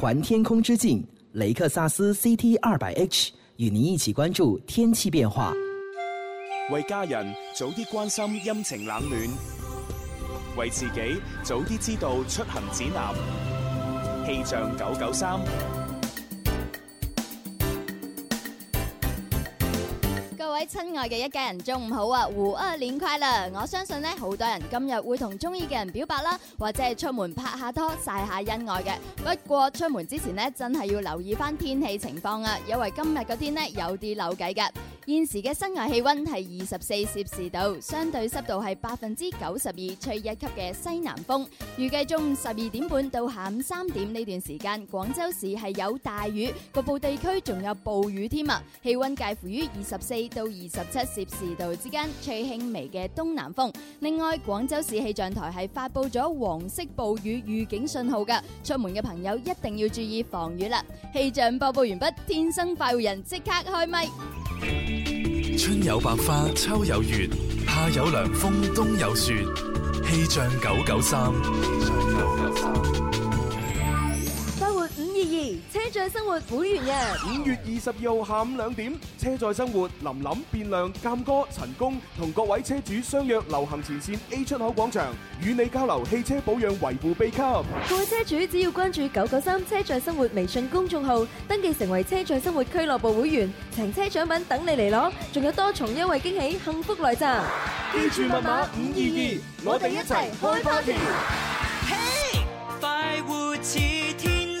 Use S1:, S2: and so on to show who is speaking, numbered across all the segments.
S1: 环天空之境，雷克萨斯 CT 二百 H 与您一起关注天气变化。
S2: 为家人早啲关心阴晴冷暖，为自己早啲知道出行指南。气象九九三，
S3: 各位親愛嘅一家人，中午好啊！胡二年快樂！我相信呢，好多人今日會同中意嘅人表白啦，或者係出門拍下拖、晒下恩愛嘅。不過出門之前呢，真係要留意翻天氣情況啊，因為今日個天呢，有啲扭計嘅。現時嘅室外氣温係二十四攝氏度，相對濕度係百分之九十二，吹一級嘅西南風。預計中午十二點半到下午三點呢段時間，廣州市係有大雨，局部地區仲有暴雨添啊！氣温介乎於二十四到二十七攝氏度之間，吹輕微嘅東南風。另外，廣州市氣象台係發布咗黃色暴雨預警信號㗎，出門嘅朋友一定要注意防雨啦！氣象播報完畢，天生快活人即刻開咪。
S4: 春有百花，秋有月，夏有涼風，冬有雪。氣象九九三，
S5: 快活五二二，車載生活會員日。
S6: 五月二十二號下午兩點，車載生活林林、變亮、鑑哥、陳工同各位車主相約流行前線 A 出口廣場，與你交流汽車保養維護秘笈。
S5: 各位車主只要關注九九三車載生活微信公眾號，登記成為車載生活俱樂部會員，停車獎品等你嚟攞，仲有多重優惠驚喜，幸福來襲！
S6: 記住密碼522我哋一齊開 party
S7: 快活似天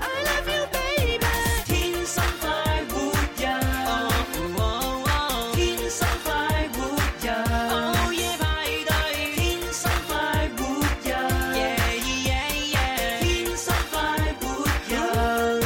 S7: I love you baby，天生快活人，哦哦天生快活人，Oh, 午夜派對，天生快活人，yeah yeah yeah，天生快活人。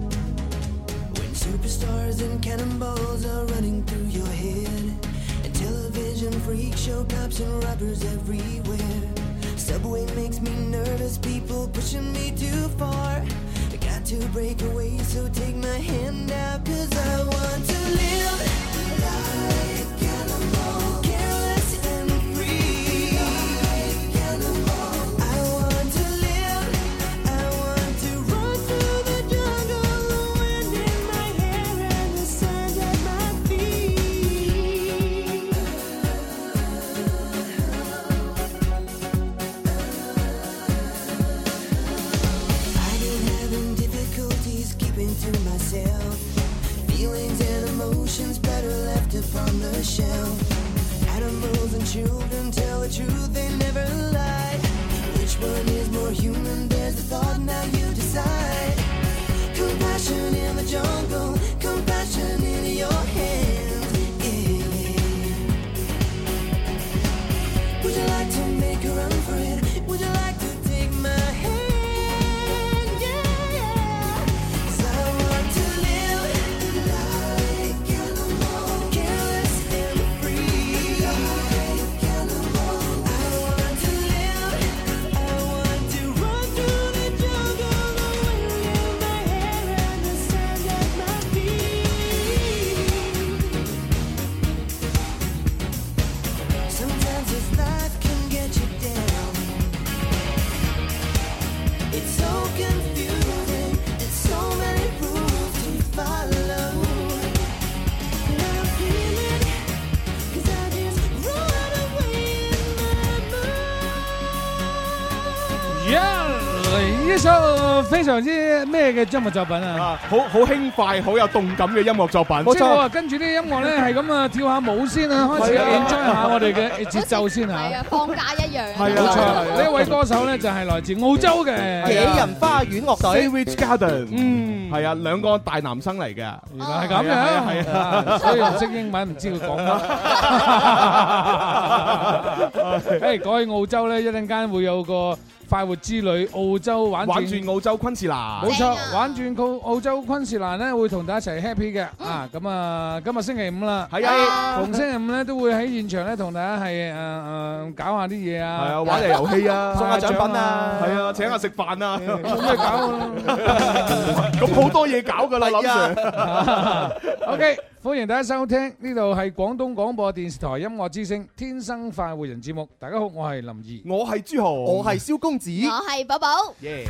S8: When superstars and cannonballs are running through your head, and television freak show cops and robbers everywhere. Subway makes me nervous, people pushing me too far. I got to break away, so take my hand now, cause I want to live. like a cannonball, careless and free. I want to live, I want to run through the jungle, the wind in my hair and the sand at my feet. I've been having difficulties keeping to myself. Feelings and emotions better left upon the shelf. Animals and children tell the truth, they never lie. Which one is more human? There's a thought, now you decide. Compassion in the jungle, compassion in your hand. Yeah. Would you like to make a run for it? Would you like to take my hand? Yeah, yeah. 'Cause I want to live like animal, careless and free. Like animal. I want to live. I want to run through the jungle, the wind in my hair and the sand at my feet. Sometimes this life can get you down. It's so confusing and so many rules to follow. And I'm feeling 'cause I just run away in my mind.
S9: Yeah! 呢首非常之咩嘅音樂作品啊！
S6: 好好輕快、好有動感嘅音樂作品。
S9: 冇錯啊！跟住啲音樂咧係咁啊，跳下舞先啊，開始
S6: 係啊
S9: enjoy 下我哋嘅節奏先
S3: 係
S9: 啊！
S3: 啊，放假一樣。
S9: 冇錯啊，呢一位歌手咧就係來自澳洲
S10: 哎
S9: 嘅，
S6: Sandwich Garden，嗯，係啊，兩個大男生嚟 嘅。
S9: 原來係咁
S6: 係啊係啊
S9: 樣，
S6: 係
S9: 啊所以唔識英文，唔知佢 講乜。
S6: 哎
S9: 誒，講起澳洲咧，一陣間會有個快活之旅，澳洲玩
S6: 玩
S9: 轉
S6: 轉澳洲昆士蘭
S9: 冇，
S3: 正
S9: 錯，
S3: 啊
S9: 玩轉澳澳洲昆士蘭咧，會同大家一齊 happy 嘅啊！咁啊，今日星期五啦，
S6: 係啊，
S9: 逢星期五咧都會喺現場咧同大家係誒誒搞下啲嘢
S6: 係
S9: 啊，
S6: 啊，玩嚟遊戲啊，
S9: 送下獎品啊
S6: 係啊，請下食飯啊，
S9: 做咩搞
S6: 咁好多嘢搞㗎啦，林 Sir。
S9: 啊 ？OK，歡迎大家收聽，呢度係廣東廣播電視台音樂之聲《天生快活人》節目。大家好，我係林怡。
S6: 我係朱豪，我係
S3: 我係寶寶，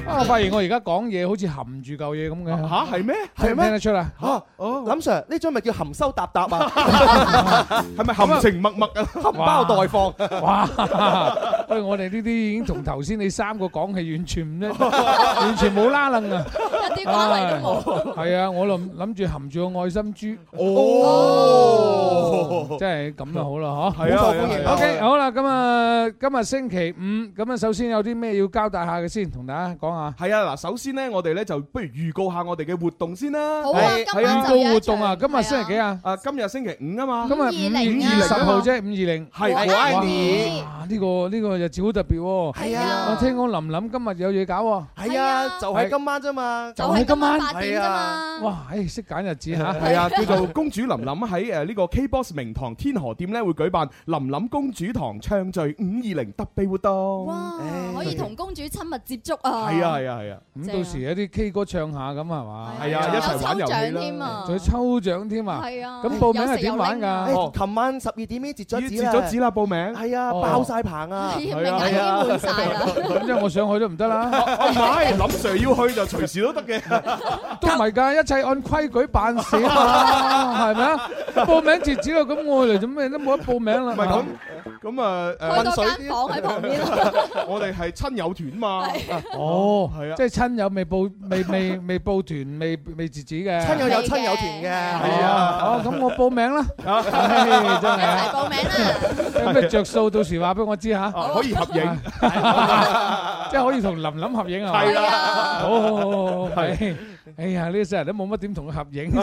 S9: 啊，我發現我而家講嘢好似含住嚿嘢咁嘅，
S6: 啊嚇係咩？
S9: 聽唔聽得出啊？
S6: 係咪含情脈脈啊？
S9: 包待放。 哇！喂，我哋呢啲已經同頭先你三個講係完全唔 一，完全冇拉楞啊！
S3: 一啲關係都冇。
S9: 係啊，我諗諗住含住個愛心豬，
S6: 哦，
S9: 真係咁就好啦，嗬。
S6: 係啊
S9: 係啊 OK，好啦，咁啊，今日星期五，咁啊，首先有啲咩要交代下嘅先，同大家講下。
S6: 係啊，嗱，首先咧，我哋咧就不如預告下我哋嘅活動先啦。
S3: 好啊，今晚就有一
S9: 活
S3: 場
S9: 動啊，今日星期幾？啊？
S6: 啊，今日星期五啊嘛，
S9: 今日五
S3: 520
S9: 月二十號啫，五二零。
S3: 和
S6: 係我
S3: 諧
S6: 愛你
S3: 年
S9: 哇！呢個呢個日子好特別喎。
S3: 係啊
S9: 我聽講林林今日有嘢搞喎。
S3: 就係今晚八點啫嘛。
S9: 哇！唉，識揀日子嚇。
S6: 係啊，叫做公主林林喺誒呢個 K-box 名堂天河店咧會舉辦林林公主堂唱聚五二零特備活動。
S3: 哇，可以同公主親密接觸啊！
S6: 係啊係啊係啊，
S9: 咁到時有啲 K 歌唱下咁係嘛？
S6: 係啊一齊玩遊
S3: 有抽
S6: 戲啦
S3: 獎添啊！
S9: 仲要抽獎添啊！
S3: 係啊，
S9: 咁報名係點玩㗎？
S6: 哦。要截咗紙啦，報名。
S3: 啊
S9: 哦。
S3: 係啊，明眼已經滿晒啦。
S9: 咁即係我想去都唔得啦，
S6: 哦唔係，林 Sir 要去就隨時都得 嘅。
S9: 都唔係㗎，一切按規矩辦事啊嘛，係咪啊？報名截止啦，咁我嚟做咩都冇得報名啦。
S6: 唔係咁咁啊
S3: 開
S6: 誒，
S3: 多間房喺旁邊啦，
S6: 我哋係親友團嘛。
S9: 哦，
S6: 係啊
S9: 即係親友未報、未未未報團、未未截止嘅。
S6: 係啊
S9: 哦，咁我報名啦，唉真
S3: 一齊
S9: 係啊
S3: 報名啦。
S9: 有咩着數，到時話俾我知嚇，
S6: 啊可以合影。
S9: 即係可以同林林合影係嘛
S6: 係？
S3: 係
S6: 啦，
S3: 啊，
S9: 好好好好，係，哎呀，呢世人都冇乜點同佢合影，呢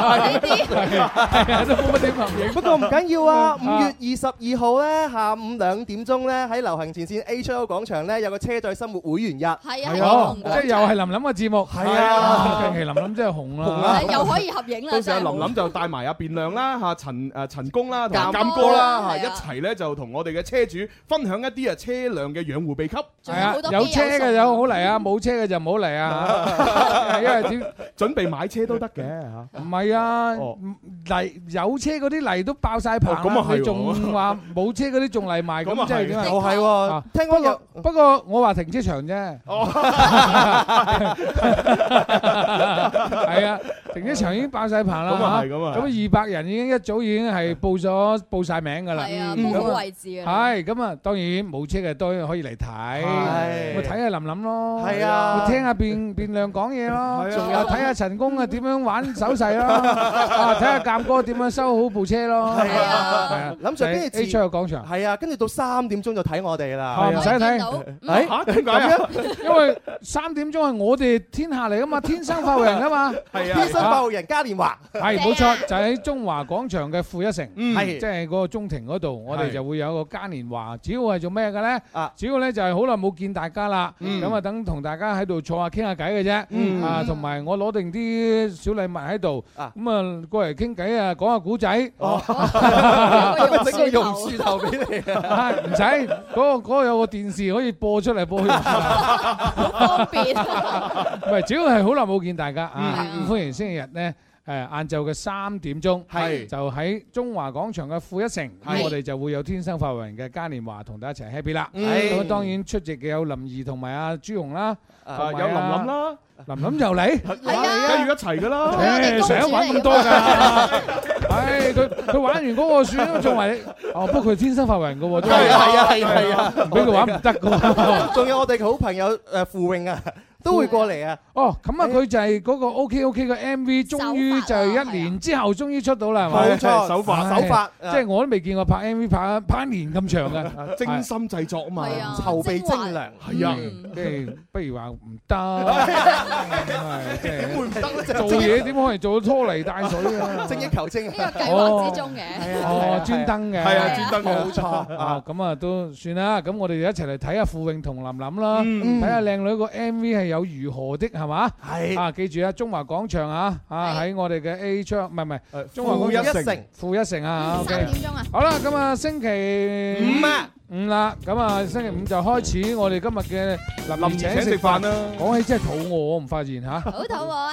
S3: 呢啲
S9: 係啊，都冇乜點合影。
S11: 不過唔緊要啊！五月二十二號咧，下午兩點鐘咧，喺流行前線 A 出口廣場咧有個車載生活會員日，
S3: 係啊，係
S9: 哦，
S3: 紅
S9: 即係又係林林嘅字幕，係
S6: Ờ.
S9: 啊，近期林林真係紅啦，
S3: 係又可以合影啦。
S6: 到時阿
S3: 真係
S6: 林林就帶埋阿變亮啦、嚇陳誒陳工啦、同
S3: 鑑
S6: 埋鑑哥
S3: 哥
S6: 啦，嚇
S3: 係
S6: 一
S3: 啊
S6: 齊咧就同我哋嘅車主分享一啲啊車輛嘅養護秘笈，
S3: 仲
S9: 係
S3: 有
S9: 啊
S3: 好多，
S9: 有
S3: 機
S9: 車嘅
S3: 送
S9: 就好嚟啊，冇車嘅就唔好嚟啊，因為點
S6: 準備買車都得嘅嚇。
S9: 唔係啊
S6: 哦
S9: 嚟有車嗰啲嚟都爆晒棚
S6: 哦咁啊
S9: 啦，
S6: 係喎
S9: 你仲話冇車嗰啲仲嚟埋，
S6: 咁啊
S9: 咁即係點啊
S3: 係？
S11: 又係喎
S9: 啊，
S11: 聽
S9: 不
S11: 講
S9: 過
S11: 有
S9: 不過我話停車場啫，係啊，停車場已經爆晒棚啦，
S6: 咁啊
S9: 嚇
S6: 係咁啊係
S9: 咁二百人已經一早已經係報咗報晒名㗎啦，
S3: 係啊，
S9: 嗯
S3: 冇
S9: 咁
S3: 好
S9: 啊
S3: 位置啊。
S9: 係咁啊，當然冇車嘅當然可以嚟睇，
S11: 係
S9: 咪睇下林林咯，
S11: 係啊
S9: 咪聽下變變亮講嘢咯，
S6: 係啊
S9: 仲有睇下陳工啊點樣玩手 勢咯，啊睇下鑑哥點樣收好部車咯，
S11: 係
S3: 係
S11: 啊
S3: 啊
S9: 係啊，
S11: 諗住跟住
S9: A 出
S11: 自
S9: 去廣場，
S11: 係啊，跟住到三點鐘就睇我哋啦。
S9: 啊唔使
S3: 可以見
S9: 睇。
S3: 到，
S11: 誒
S6: 嚇點解啊？
S9: 因為三點鐘係我哋天下嚟噶嘛，天生快活人噶嘛，
S6: 係
S11: 天
S6: 啊，
S11: 生快活人嘉年 華，
S9: 係冇錯，就喺中華廣場嘅負一城，
S6: 嗯
S9: 即
S11: 係
S9: 係嗰個中庭嗰度，我哋
S6: 係
S9: 就會有一個嘉年華。主要係做咩嘅咧
S11: 啊？
S9: 主要咧就係好耐冇見大家啦，
S6: 嗯
S9: 咁啊等同大家喺度坐下傾下偈嘅
S6: 嗯
S9: 啫，啊同埋我攞定啲小禮物喺度，
S11: 啊
S9: 咁啊過嚟傾偈啊，講下古仔。
S3: 有
S11: 整個
S3: 個
S11: 榕
S3: 榕樹
S11: 樹頭俾你啊！
S9: 啊唔使，嗰個嗰個有個電視可以播出嚟 播去，唔
S3: 頭方便。
S9: 係主要係好耐冇見大家啊
S3: 嗯！
S9: 歡迎星期日咧，誒晏晝嘅三點鐘。
S6: 係
S9: 就喺中華廣場嘅負一城，
S3: 係
S9: 咁我哋就會有天生發人嘅嘉年華同大家一齊 happy 啦。
S11: 係
S9: 咁當然出席嘅有林兒同埋阿朱紅啦，
S6: 啊有林林啦，
S9: 林林又嚟，
S3: 係啊
S6: 梗係要一齊噶啦。
S3: 我哋公主
S9: 成日玩
S3: 嚟㗎
S9: 咁多㗎，唉，佢佢玩完嗰個算啦，仲話你哦，不過佢天生發圍人嘅喎，真
S11: 係啊係啊係啊係啊
S9: 唔俾佢玩唔得嘅喎。
S11: 仲有我哋嘅好朋友誒傅 穎啊，都會過嚟啊。
S9: 哦，咁啊，佢就係嗰個 OK OK 嘅 MV，終於就係一年之後終於出到啦，係咪？
S11: 冇錯手法
S9: 唉
S11: 手法啊
S9: 即係我都未見過拍 MV 拍拍一年咁長 嘅，
S6: 精心製作啊嘛係啊
S11: 籌備精良
S9: 係啊
S6: 嗯，
S9: 即係不如話唔 得，
S11: 點會
S9: 係
S11: 唔得咧？
S9: 做嘢點可能做到拖泥帶水啊？
S11: 精益求精啊，呢
S9: 個計劃之中
S3: 嘅
S9: 哦，專登嘅，
S11: 係啊專登嘅冇錯
S9: 啊，咁啊都算啦。咁我哋一齊嚟睇下傅穎同林琳啦，
S11: 嗯
S9: 睇下靚女個 MV 係有如何的係嘛？
S11: 係
S9: 啊，記住啊，中華廣場啊，啊喺我哋嘅 A 窗，唔係唔係，中華廣
S11: 負一城
S9: 負一城啊
S3: 嗯
S9: ，OK
S3: 三點鐘啊
S9: 好啦，咁啊星期五啊，五啦，咁啊星期五就開始我哋今日嘅林
S6: 林
S9: 兒
S6: 兒
S9: 請
S6: 請食
S9: 食飯
S6: 飯啊啦
S9: 講起真係肚餓，我唔發現嚇。
S3: 好肚餓
S12: à.
S3: 啊！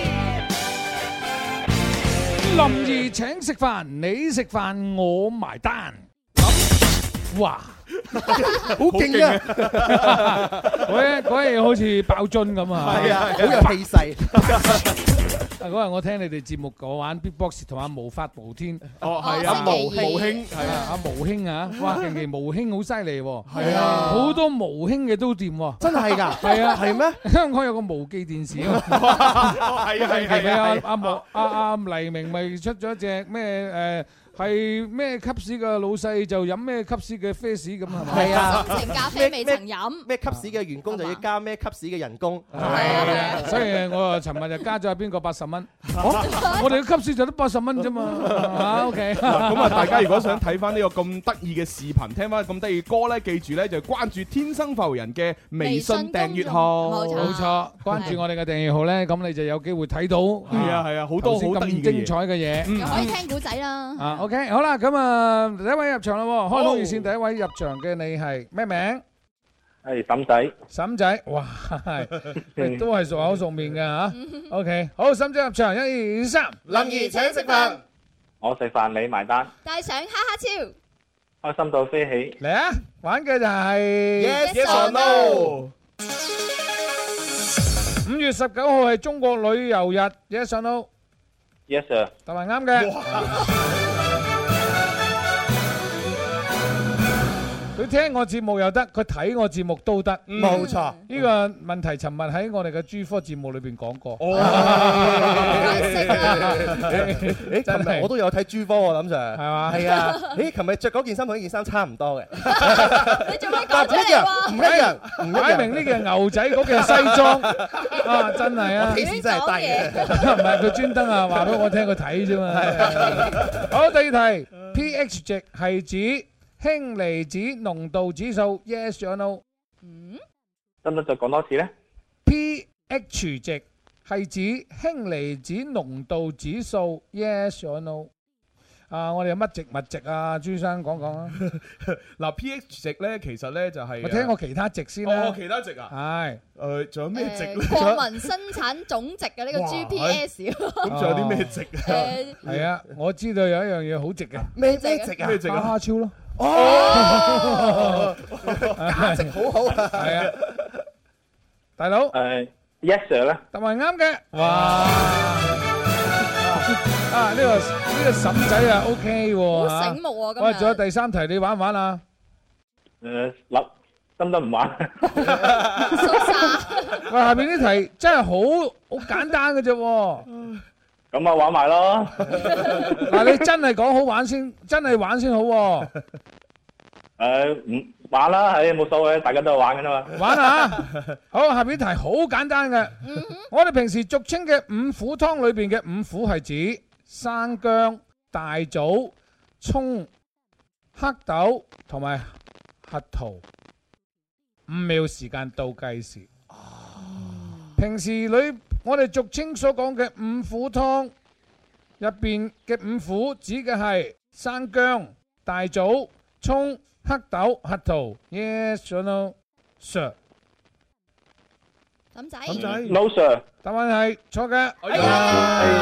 S9: 林怡請食飯，你食飯我埋單。哇！好
S11: 勁啊
S9: 嗰日嗰日好似爆樽咁啊！
S11: 係啊好有氣勢。
S9: 啊嗰日我聽你哋節目，我玩 Beatbox 同阿無法無天。
S6: 哦係啊哦星期二無無興係
S9: 係啊，阿無 興啊！哇，近期無興好犀利喎。
S11: 係啊
S9: 好多無興嘅都掂喎。
S11: 真係㗎
S9: 係啊。
S11: 係咩？
S9: 香港有個無記電視啊
S6: 係
S9: 嘛。
S6: 啊係啊
S9: 近期
S6: 係
S9: 咪
S6: 啊
S9: 阿阿無阿阿黎明咪出咗只咩誒係咩級士嘅老細就飲咩級士嘅啡士咁係嘛？
S11: 係啊，
S3: 情咖啡未曾
S11: 飲。咩級士嘅員工就要加咩級士嘅人工。
S9: 係啊，所以我啊，尋日就加咗邊個八十蚊。我哋嘅級數就得八十蚊 啫嘛。啊，OK。
S6: 嗱咁啊，大家如果想睇翻呢個咁得意嘅視頻，聽翻咁得意嘅歌咧，記住咧就關注天生浮人嘅微信訂閱號，
S9: 冇錯，關注我哋嘅訂閱號咧，咁你就有機會睇到。
S6: 係啊係啊好多
S9: 頭先
S6: 好得意
S9: 咁
S6: 嘅嘢嗯
S3: 又
S9: 精彩嘅
S3: 可以
S9: 嘢。
S3: 聽古仔啦。
S9: 啊，OK，好 À, 啦，咁啊，第一位入場啦喎，開
S3: 好
S9: 通熱線第一位入場嘅你係咩名？
S12: 係沈仔，
S9: 沈仔，哇，係都係熟口熟面嘅嚇。OK，好，沈仔入場，一二三，
S11: 林怡請食飯。
S12: 我食飯你埋單，
S3: 帶上哈哈超，
S12: 開心到飛起。
S9: 嚟啊！玩嘅就係
S12: Yes Yes or or。
S9: 五月十九號係中國旅遊日，Yes or No？
S12: Yes sir，
S9: 同埋啱嘅。佢聽我節目又得，佢睇我節目都得，
S11: 嗯冇錯
S9: 呢個問題尋日喺我哋嘅 G 科節目裏邊講過。
S11: 誒，琴
S9: 真係
S11: 日我都有睇珠科喎，林 Sir。係
S9: 嘛
S11: 係啊。誒，琴日着嗰件衫同呢件衫差唔多嘅。
S3: 你做咩講
S11: 但唔
S3: 出
S11: 一
S3: 嚟
S11: 樣
S3: 喎？
S11: 唔一樣唔一樣
S9: 擺明呢件係牛仔，嗰件係西裝，啊，真係啊！
S11: 我歧視真係低嘅
S9: 唔係佢專登啊，話俾我聽佢睇啫嘛。好，第二題，pH 值係指氫離子濃度指數，yes or no？pH
S12: Ừ. 得唔得再講多次咧？
S9: 值係指氫離子濃度指數，yes or no？啊，我哋有乜值物值啊？朱生講講啊，
S6: 嗱，pH 值咧其實咧就係
S9: 我聽過其他值先啦。
S6: 哦，其他值啊，
S9: 係
S6: 誒，仲有咩
S12: Ờ,
S6: 值咧？
S3: 誒 國民生產總值嘅呢個 GPS
S6: 咁仲有啲咩值啊？
S12: Ờ,
S3: 誒
S9: 係啊，我知道有一樣嘢好值嘅。
S11: 咩咩值啊？
S9: 咩值啊蝦超咯。
S11: 哦，價值好好啊。
S9: 係啊。大佬，
S12: 誒，Yes sir 咧，
S9: 同埋啱嘅，哇！啊呢個呢個嬸仔啊，OK 喎，
S12: 好醒目啊喎今日
S9: 喂，仲有第三題，你玩唔玩啊？
S12: 誒，立得唔得唔玩？
S9: 喂，下邊啲題真係好好簡單嘅啫喎，
S12: 咁啊，玩埋咯。
S9: 嗱你真係講好玩先，真係玩先好喎，
S12: 誒，唔玩啦，係冇所謂，大家都係玩㗎啦嘛。
S9: 玩啊！好，下邊啲題好簡單嘅，我哋平時俗稱嘅五虎湯裏邊嘅五虎係指生姜、大棗、葱、黑豆同埋核桃。五秒時間倒計時。平時裏我哋俗稱所講嘅五虎湯入邊嘅五虎指嘅係生姜、大棗、葱、黑豆、核桃。Yes or no, sir？
S3: 咁仔，
S9: 咁仔
S12: No sir。
S9: 答案係錯嘅。
S12: Ờ.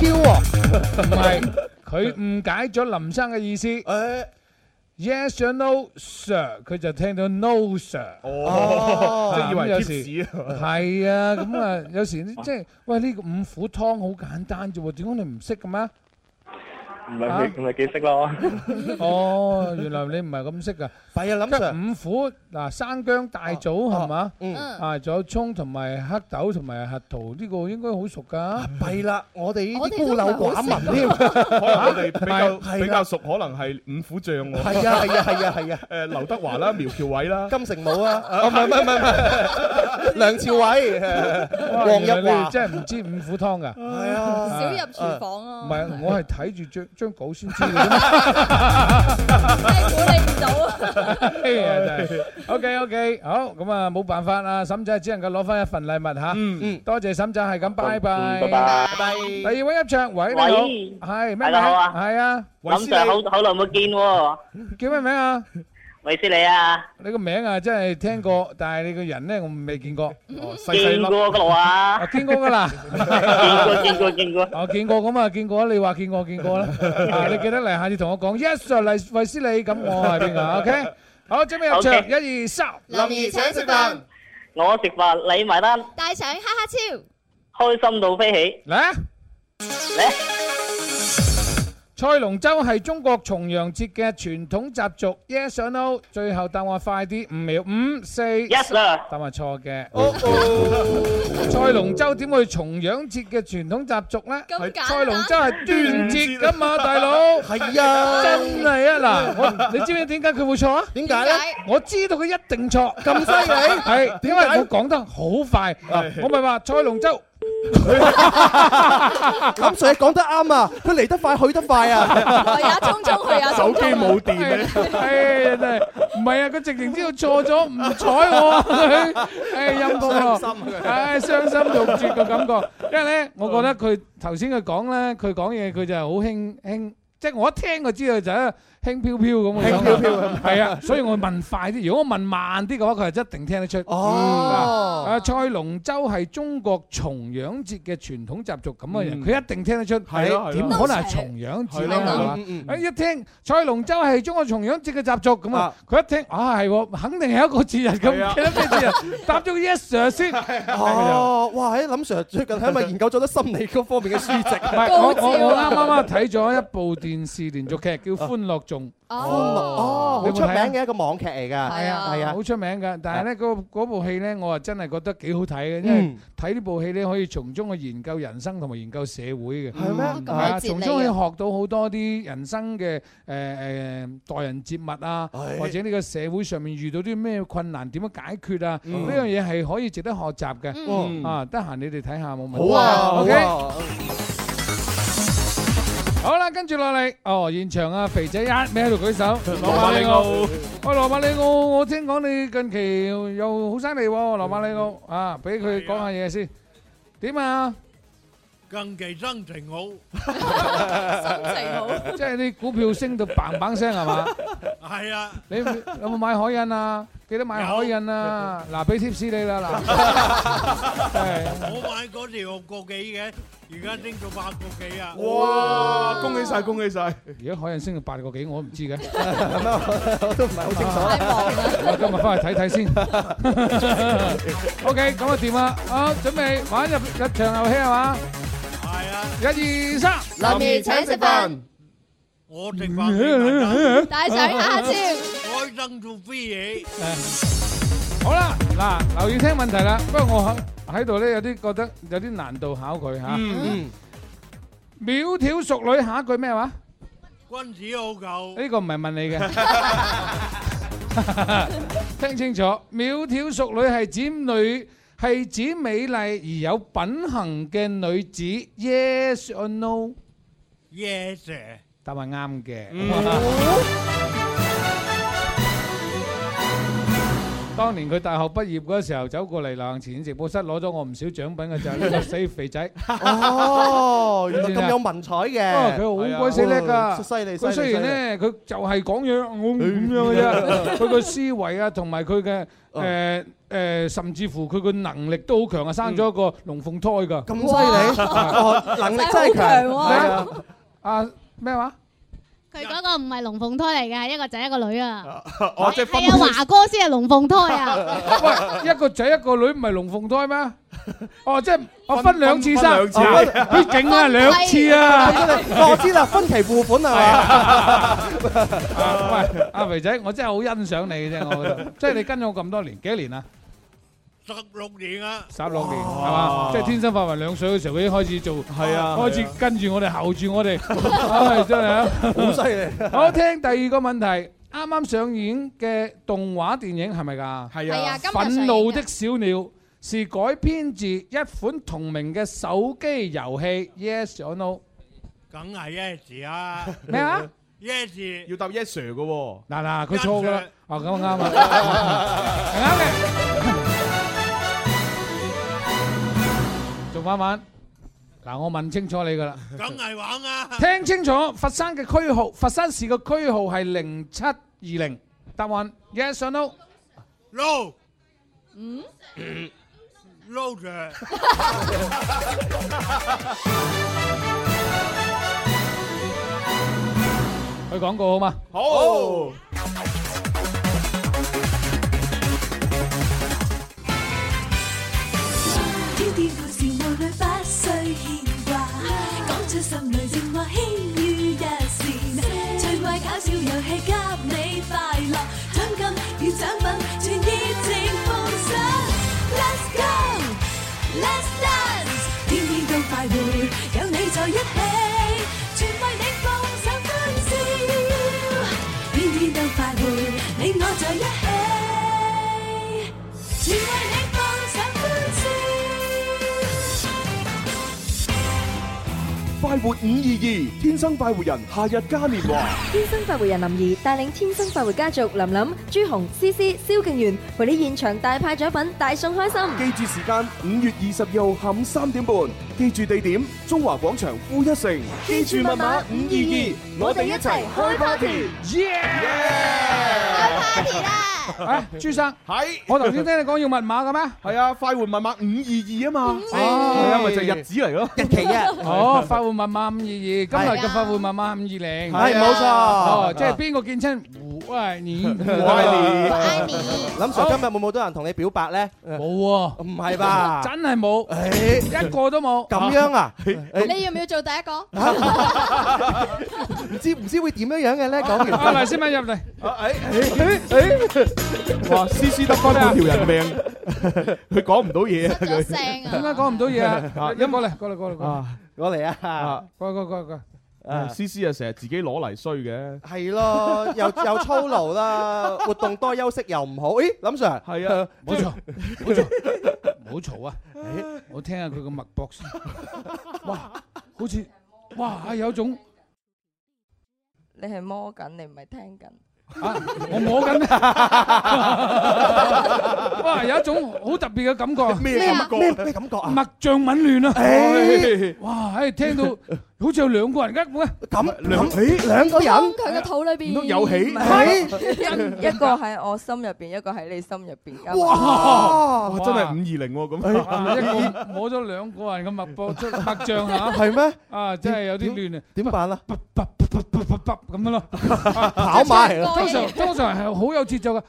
S11: Q 喎，
S9: 唔係佢誤解咗林生嘅意思。Yes or no, sir？佢就聽到 no, sir。
S13: 哦即係以為
S9: 有
S13: tips
S9: 時係啊，咁啊，有時呢即係喂呢個五虎湯好簡單啫喎，點解你唔識嘅咩？
S12: 唔係幾唔係幾識咯。
S9: 哦，原來你唔係咁識噶。
S11: 係啊，諗
S9: 五虎嗱，生姜、大棗係嘛？啊，仲有葱同埋黑豆同埋核桃，呢個應該好熟㗎。
S11: 弊啦，我哋呢啲孤
S9: 都唔
S11: 陋
S9: 係好
S11: 寡聞添。
S13: 可能我哋比
S9: 係
S13: 較比較熟，可能係五虎將喎。
S11: 係啊係啊係啊係啊！
S13: 誒，劉德華啦，苗僑偉啦，
S11: 金城武啊，唔係唔係唔係唔係，梁朝偉、
S9: 哇
S11: 黃
S9: 原來
S11: 日
S9: 你哋
S11: 華，
S9: 真係唔知五虎湯㗎。係
S11: 啊
S3: 少入廚房咯
S9: 唔係，我係睇住張張稿先知嘅啫。
S3: 啊
S9: 哎呀真係 à, OK OK，好 Ờ, à, 咁啊，冇辦法啦，嬸仔只能夠攞翻一份禮物嚇。嗯嗯，多謝嬸仔，係咁，拜拜。
S12: 拜拜
S9: 拜。第二位入場，喂你
S14: 喂
S9: 好，係咩名？
S14: 大家好啊
S9: 係啊，
S14: 林 Sir 好好耐冇見喎，
S9: 叫咩名啊？
S14: 維斯利啊，
S9: 你個名啊，真係聽過，但係你個人咧，我未見過。哦，細
S14: 見過噶啦
S9: 啊，見過㗎啦。
S14: 見過見過見過，
S9: 我見過咁啊，見過啦，你話見過見過啦。啊，你記得嚟，下次同我講 yes sir 黎維斯利，咁我係邊個？OK，好，準備入場，
S14: OK
S9: 一二三，
S3: 林兒請食飯，
S14: 我食飯你埋單，
S3: 帶上哈哈超。
S14: 開心到飛起，
S9: 嚟啊！賽龍舟係中國重陽節嘅傳統習俗，yes or no？最後答案快啲，五秒，五四，yes
S14: sir，
S9: 答案錯嘅。 賽龍舟點會重陽節嘅傳統習俗呢？
S13: 咁簡單
S9: 賽龍舟係端午節噶嘛，大佬。
S11: 係啊
S9: 真係啊！嗱，我你知唔知點解佢會錯啊？點
S11: 解呢？
S9: 我知道佢一定錯，
S11: 咁犀利
S9: 係因
S11: 點
S9: 為
S11: 解
S9: 我講得好快，
S11: 係
S9: 我咪話賽龍舟。
S11: 林 Sir 講得啱啊，佢嚟得快去得快啊，
S3: 係啊，匆匆去啊，匆匆去
S13: 冇電
S9: 咧， 唉真係唔係啊！佢直情知道錯咗，唔睬我 啊！佢唉陰公
S13: 傷心啊
S9: 喎，
S13: 佢
S9: 唉傷心欲絕嘅感覺。因為咧，我覺得佢頭先佢講咧，佢講嘢佢就係好輕輕，即係我一聽就知道就係輕飄飄咁嘅樣。
S11: 輕飄飄啊
S9: 係啊，所以我問快啲。如果我問慢啲嘅話，佢係一定聽得出。
S11: 哦
S9: 嗯啊，賽龍舟係中國重陽節嘅傳統習俗，咁嘅人
S13: 嗯
S9: 佢一定聽得出。哎
S13: 係啊係啊
S9: 點可能係重陽節啊
S13: 係
S9: 咧？
S13: 咯係
S9: 係
S13: 咯
S9: 嘛
S13: 嗯嗯？
S9: 誒哎一聽賽龍舟係中國重陽節嘅習俗咁啊，佢一聽啊係喎，肯定係一個節日咁，
S11: 係啊
S9: 記得咩節日？答咗個 yes sir 先。
S15: 啊
S11: 哦，哇！喺林 Sir 最近係咪研究咗好多心理嗰方面嘅書籍？啊
S9: 唔係我我我啱啱啊睇咗一部電視連續劇叫《歡樂頌》，
S11: 哦，好
S9: 你
S11: 出
S9: 有
S11: 名
S9: 冇睇啊
S11: 嘅一個網劇嚟㗎，係
S9: 啊
S11: 係啊，
S9: 好出名㗎。但係咧，嗰嗰部戲咧，我啊真係覺得幾好睇嘅，因為
S11: 嗯
S9: 睇呢部戲咧，可以從中去研究人生同埋研究社會嘅。
S11: 係咩
S9: 嗯
S11: 咁有
S9: 係啊，
S11: 哲理
S9: 從中去學到好多啲人生嘅誒誒呃待人接物啊，或者呢個社會上面遇到啲咩困難點樣解決啊？
S11: 嗯
S9: 呢樣嘢係可以值得學習
S11: 嗯
S9: 嘅。啊，得閒你哋睇下冇問題。
S11: 好啊
S9: ，OK
S11: 好啊。
S9: 好啦，跟住落嚟，哦，現場啊，肥仔一味喺度舉手，羅馬里奧，喂，羅馬里奧，我聽講你近期又好犀利喎，羅馬里奧啊，俾佢講下嘢先，點啊？
S16: 近期心情好，
S9: 即係啲股票升到砰砰聲係嘛？
S16: 係啊，
S9: 你有冇買海印啊？記得買海印啊！嗱，俾 tips 你啦，
S16: 我買嗰條六個幾嘅，而家升到八個幾啊！
S9: 哇！恭喜晒，恭喜晒！而家海印升到八個幾，我唔知嘅，我都唔係好清楚。我今日翻去睇睇先。OK，咁啊掂啦，好準備玩入入場遊戲係嘛？
S16: à,
S9: 係啊！一二三，
S3: 林怡請食飯，
S16: 我食飯
S3: 帶上哈哈超。
S16: 開心到飛起，
S9: 好啦，嗱，留意聽問題啦。不過我喺喺度咧，有啲覺得有啲難度考佢嚇。
S16: 嗯
S9: 苗條淑女下一句咩話？呢
S16: 君子好逑。
S9: 個唔係問你 嘅。聽清楚，苗條淑女係指女係指美麗而有品行嘅女子。Yes or no？
S16: Yes sir，
S9: 答案啱 嘅。當年佢大學畢業嗰時候走過嚟流行前線直播室攞咗我唔少獎品嘅就係呢個死肥仔。
S11: 哦，原來
S9: 你知唔知啊
S11: 咁有 文采嘅
S9: 哇佢好鬼死叻
S11: 係啊哇
S9: 㗎，
S11: 犀利犀利
S9: 佢雖然咧，佢就係講樣我咁樣 嘅啫，佢個思維啊，同埋佢嘅誒誒，甚至乎佢個能力都好強啊，生咗一個龍鳳胎㗎。咁
S11: 犀利哦能力真係強真係好強喎係啊
S9: 啊咩話？
S17: 佢嗰個唔係龍鳳胎嚟嘅，一個仔一個女啊。
S9: 我即係
S17: 係啊，華哥先係龍鳳胎啊。
S9: 喂，一個仔一個女唔係龍 鳳胎咩？哦，即係我分兩次生，
S11: 分分
S9: 哦
S11: 兩次
S9: 佢勁啊，兩次啊！
S11: 我知啦，分期付款係嘛？
S9: 啊喂，阿肥仔，我真係好欣賞你嘅啫，我覺得，即係你跟咗我咁多年，幾多年啊？十六年係嘛？即係天生發圍兩歲嘅時候，佢已經開始做，係
S11: 啊
S9: 開始跟住我哋，候住 我哋，唉真係啊，
S11: 好犀利啊
S9: 好，聽第二個問題。啱啱上映嘅動畫電影係咪㗎？係啊，
S3: 哎
S17: 係啊今日上映
S9: 憤
S17: 㗎
S9: 怒的小鳥是改編自一款同名嘅手機遊戲。Yes or no？
S16: 梗係 yes 啊！
S9: 咩啊
S16: ？yes
S13: 要答 yes sir 嘅喎。
S9: 嗱嗱，佢錯㗎啦。哦，咁啊啱啊，係啱嘅。仲玩玩？嗱，我問清楚你㗎啦。
S16: 梗係玩啊！
S9: 聽清楚，佛山嘅區號，佛山市嘅區號係零七二零。答案 yes or
S16: no？No。
S17: 嗯。
S16: 撈嘅。
S9: 去廣告好嘛？
S16: 好。
S7: 天天故事無慮不需牽掛，講出心裏情話輕於一線，趣怪搞笑遊戲給你快樂，獎金與獎品全熱情奉上。Let's go，Let's dance，天天都快活，有你在一起，全為你放上歡笑，天天都快活，你我在一起，全為你放上歡笑。
S6: 快活五二二，天生快活人，夏日嘉年華。
S5: 天生快活人林怡帶領天生快活家族林林、朱紅、思思、蕭敬元為你現場大派獎品，大送開心。
S6: 記住時間，五月二十二號下午三點半。記住地點，中華廣場負一城。記住密碼五二二， 我哋一齊開 party。
S9: 啊，朱生，
S13: 係，
S9: 我頭先聽你講要密碼嘅咩？
S13: 係啊，快活密碼五二二啊嘛，
S9: 係
S13: 係啊，咪就係日子嚟咯，日
S11: 期
S9: 啊哦，快活密碼五二二，今日嘅快活密碼五二零，
S11: 係冇錯
S9: 哦，即係邊個見親胡愛你，
S3: 哎
S11: 林 Sir 今日有冇多人同你表白咧？冇
S9: 喎，
S11: 唔係吧？
S9: 真係冇，一個都冇。
S11: 咁樣啊？
S3: 你要唔要做第一個？
S11: 唔知唔知會點樣樣嘅咧？講完
S9: 啊，黎思敏入嚟，
S13: 哇，思思得翻半條人命，佢講唔到嘢啊，佢
S3: Ờ.
S9: 點解講唔到嘢啊？
S13: 因
S9: 音過嚟，過嚟，過嚟，過嚟，
S11: 我嚟啊！
S9: 過過過過。
S13: 啊，思思啊，成日自己攞嚟衰嘅，
S11: 係咯，又又操勞啦，活動多休息又唔好。咦，林 Sir
S13: 係啊，
S9: 冇錯，冇錯，唔好嘈啊！我聽下佢個脈搏先。哇，好似哇，有種
S18: 你係摸緊，你唔係聽緊。
S9: 啊，我摸緊啊。哇，有一種好特別嘅感覺。
S11: 咩感覺咩咩感覺啊？
S9: 脈象紊亂
S11: 哎
S9: 啊！哇，唉，聽到好似有兩個人咁嘅。
S11: 咁兩咦兩個人
S18: 佢個肚裏邊
S9: 唔通有喜
S18: 一一個喺我心入邊，一個喺你心入邊㗎嘛。
S6: Ờ,
S13: 哇，真係五二零喎咁
S9: 啊一個摸咗兩個人嘅脈搏出脈象嚇，
S11: 係咩？
S9: 啊，真係有啲亂啊！
S11: 點辦啊？
S9: 咁樣咯，
S11: 跑馬嚟㗎
S9: 通常通常係好有節 奏嘅，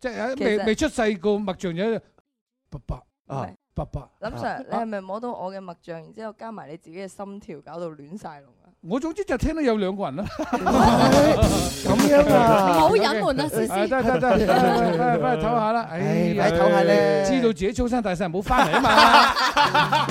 S9: 即係
S18: 其
S9: 未
S18: 實
S9: 未出世個脈象有
S11: 啊，
S9: 白白。
S18: 林 Sir，你
S9: 啊
S18: 係咪摸到我嘅脈象，然之後加埋你自己嘅心跳，搞到亂晒龍啊？
S9: 我總之就聽到有兩個人啦，
S11: 咁樣啊唔好隱瞞啊思思
S9: 哎 得得得，得得翻去唞下啦，唉，
S11: 快啲唞下咧
S9: 知道自己粗生大細唔好翻嚟啊嘛。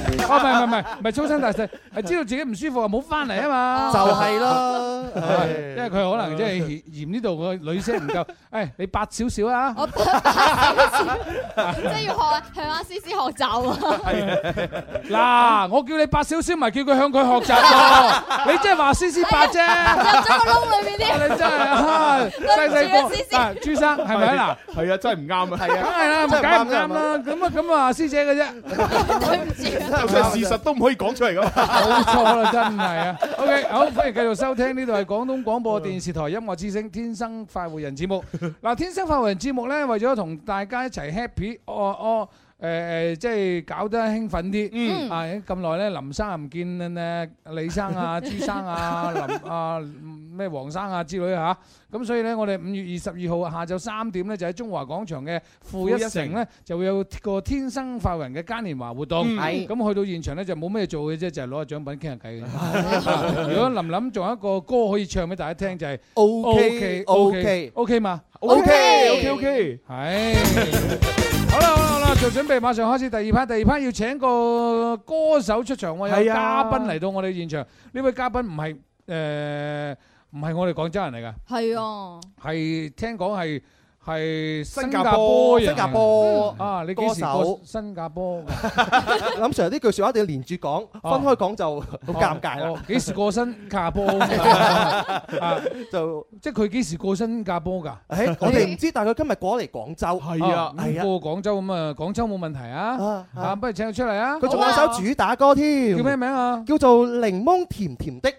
S9: 哦，唔係唔係唔係唔係粗生大細，係知道自己唔舒服啊，唔好翻嚟啊嘛。
S11: 就係咯唉
S9: 因為佢可能即係嫌呢度個女聲 唔夠，誒，你八少少啊。
S3: 即係要學向阿思思學習啊！
S9: 嗱，我叫你八少少，咪叫佢向佢學習咯。你即係話 C C 八啫，
S3: 入咗個窿裏邊
S9: 啊
S3: 添。
S9: 你真 係啊細
S3: 對
S9: 細
S3: 唔住啊
S9: 個
S3: ，C C
S9: 嗱，朱生係咪啊？嗱，
S13: 係啊，真係唔啱啊，
S9: 梗係啦，梗係唔啱啦，咁啊咁啊，師姐嘅啫，
S3: 啊
S13: 就算係事實都唔可以講出嚟噶嘛。
S9: 冇錯啦，真係啊。OK，好，歡迎繼續收聽呢度係廣東廣播電視台音樂之聲《天生快活人》節目。嗱，《天生快活人》節目咧，為咗同大家一齊 happy，哦哦。誒誒，即係搞得興奮啲，啊咁耐咧，林生唔見誒李生啊、朱生啊、林啊咩黃生啊之類嚇，咁所以咧，我哋五月二十二號下晝三點咧，就喺中華廣場嘅負一城咧，就會有個天生快活人嘅嘉年華活動，
S1: 嗯係
S9: 咁去到現場咧就冇咩做嘅啫，就係攞下獎品傾下偈嘅。如果林林仲有一個歌可以唱俾大家聽，就係
S11: OK，
S9: OK
S11: OK
S9: OK 嘛
S11: OK，OK，
S9: OK 係。好啦好啦好啦，做準備，馬上開始第二 part。第二 part 要請個歌手出場喎，有
S11: 係
S9: 嘉
S11: 啊
S9: 賓嚟到我哋現場。呢位嘉賓唔係誒唔係我哋廣州人嚟㗎。
S3: 係啊，
S9: 係聽講係係新
S11: 加
S9: 加
S11: 坡
S9: 坡人，
S11: 新加坡
S9: 啊！你幾
S11: 歌
S9: 時過
S11: 手
S9: 新加坡㗎？
S11: 林 Sir 呢句説話一定要連住 講， 分開講就好尷尬
S9: 哦
S11: 啦。
S9: 幾時過新 加坡？啊
S11: 就
S9: 即係佢幾時過新加坡㗎？
S11: 誒，我哋唔知，但係佢今日過嚟廣州。係係啊，
S9: 過廣州咁啊，廣州冇問題啊
S11: 啊。啊
S9: 啊，不如請佢出嚟啊！
S11: 佢仲有首主打歌添。
S9: 叫咩名啊？
S11: 叫做《檸檬甜甜的》。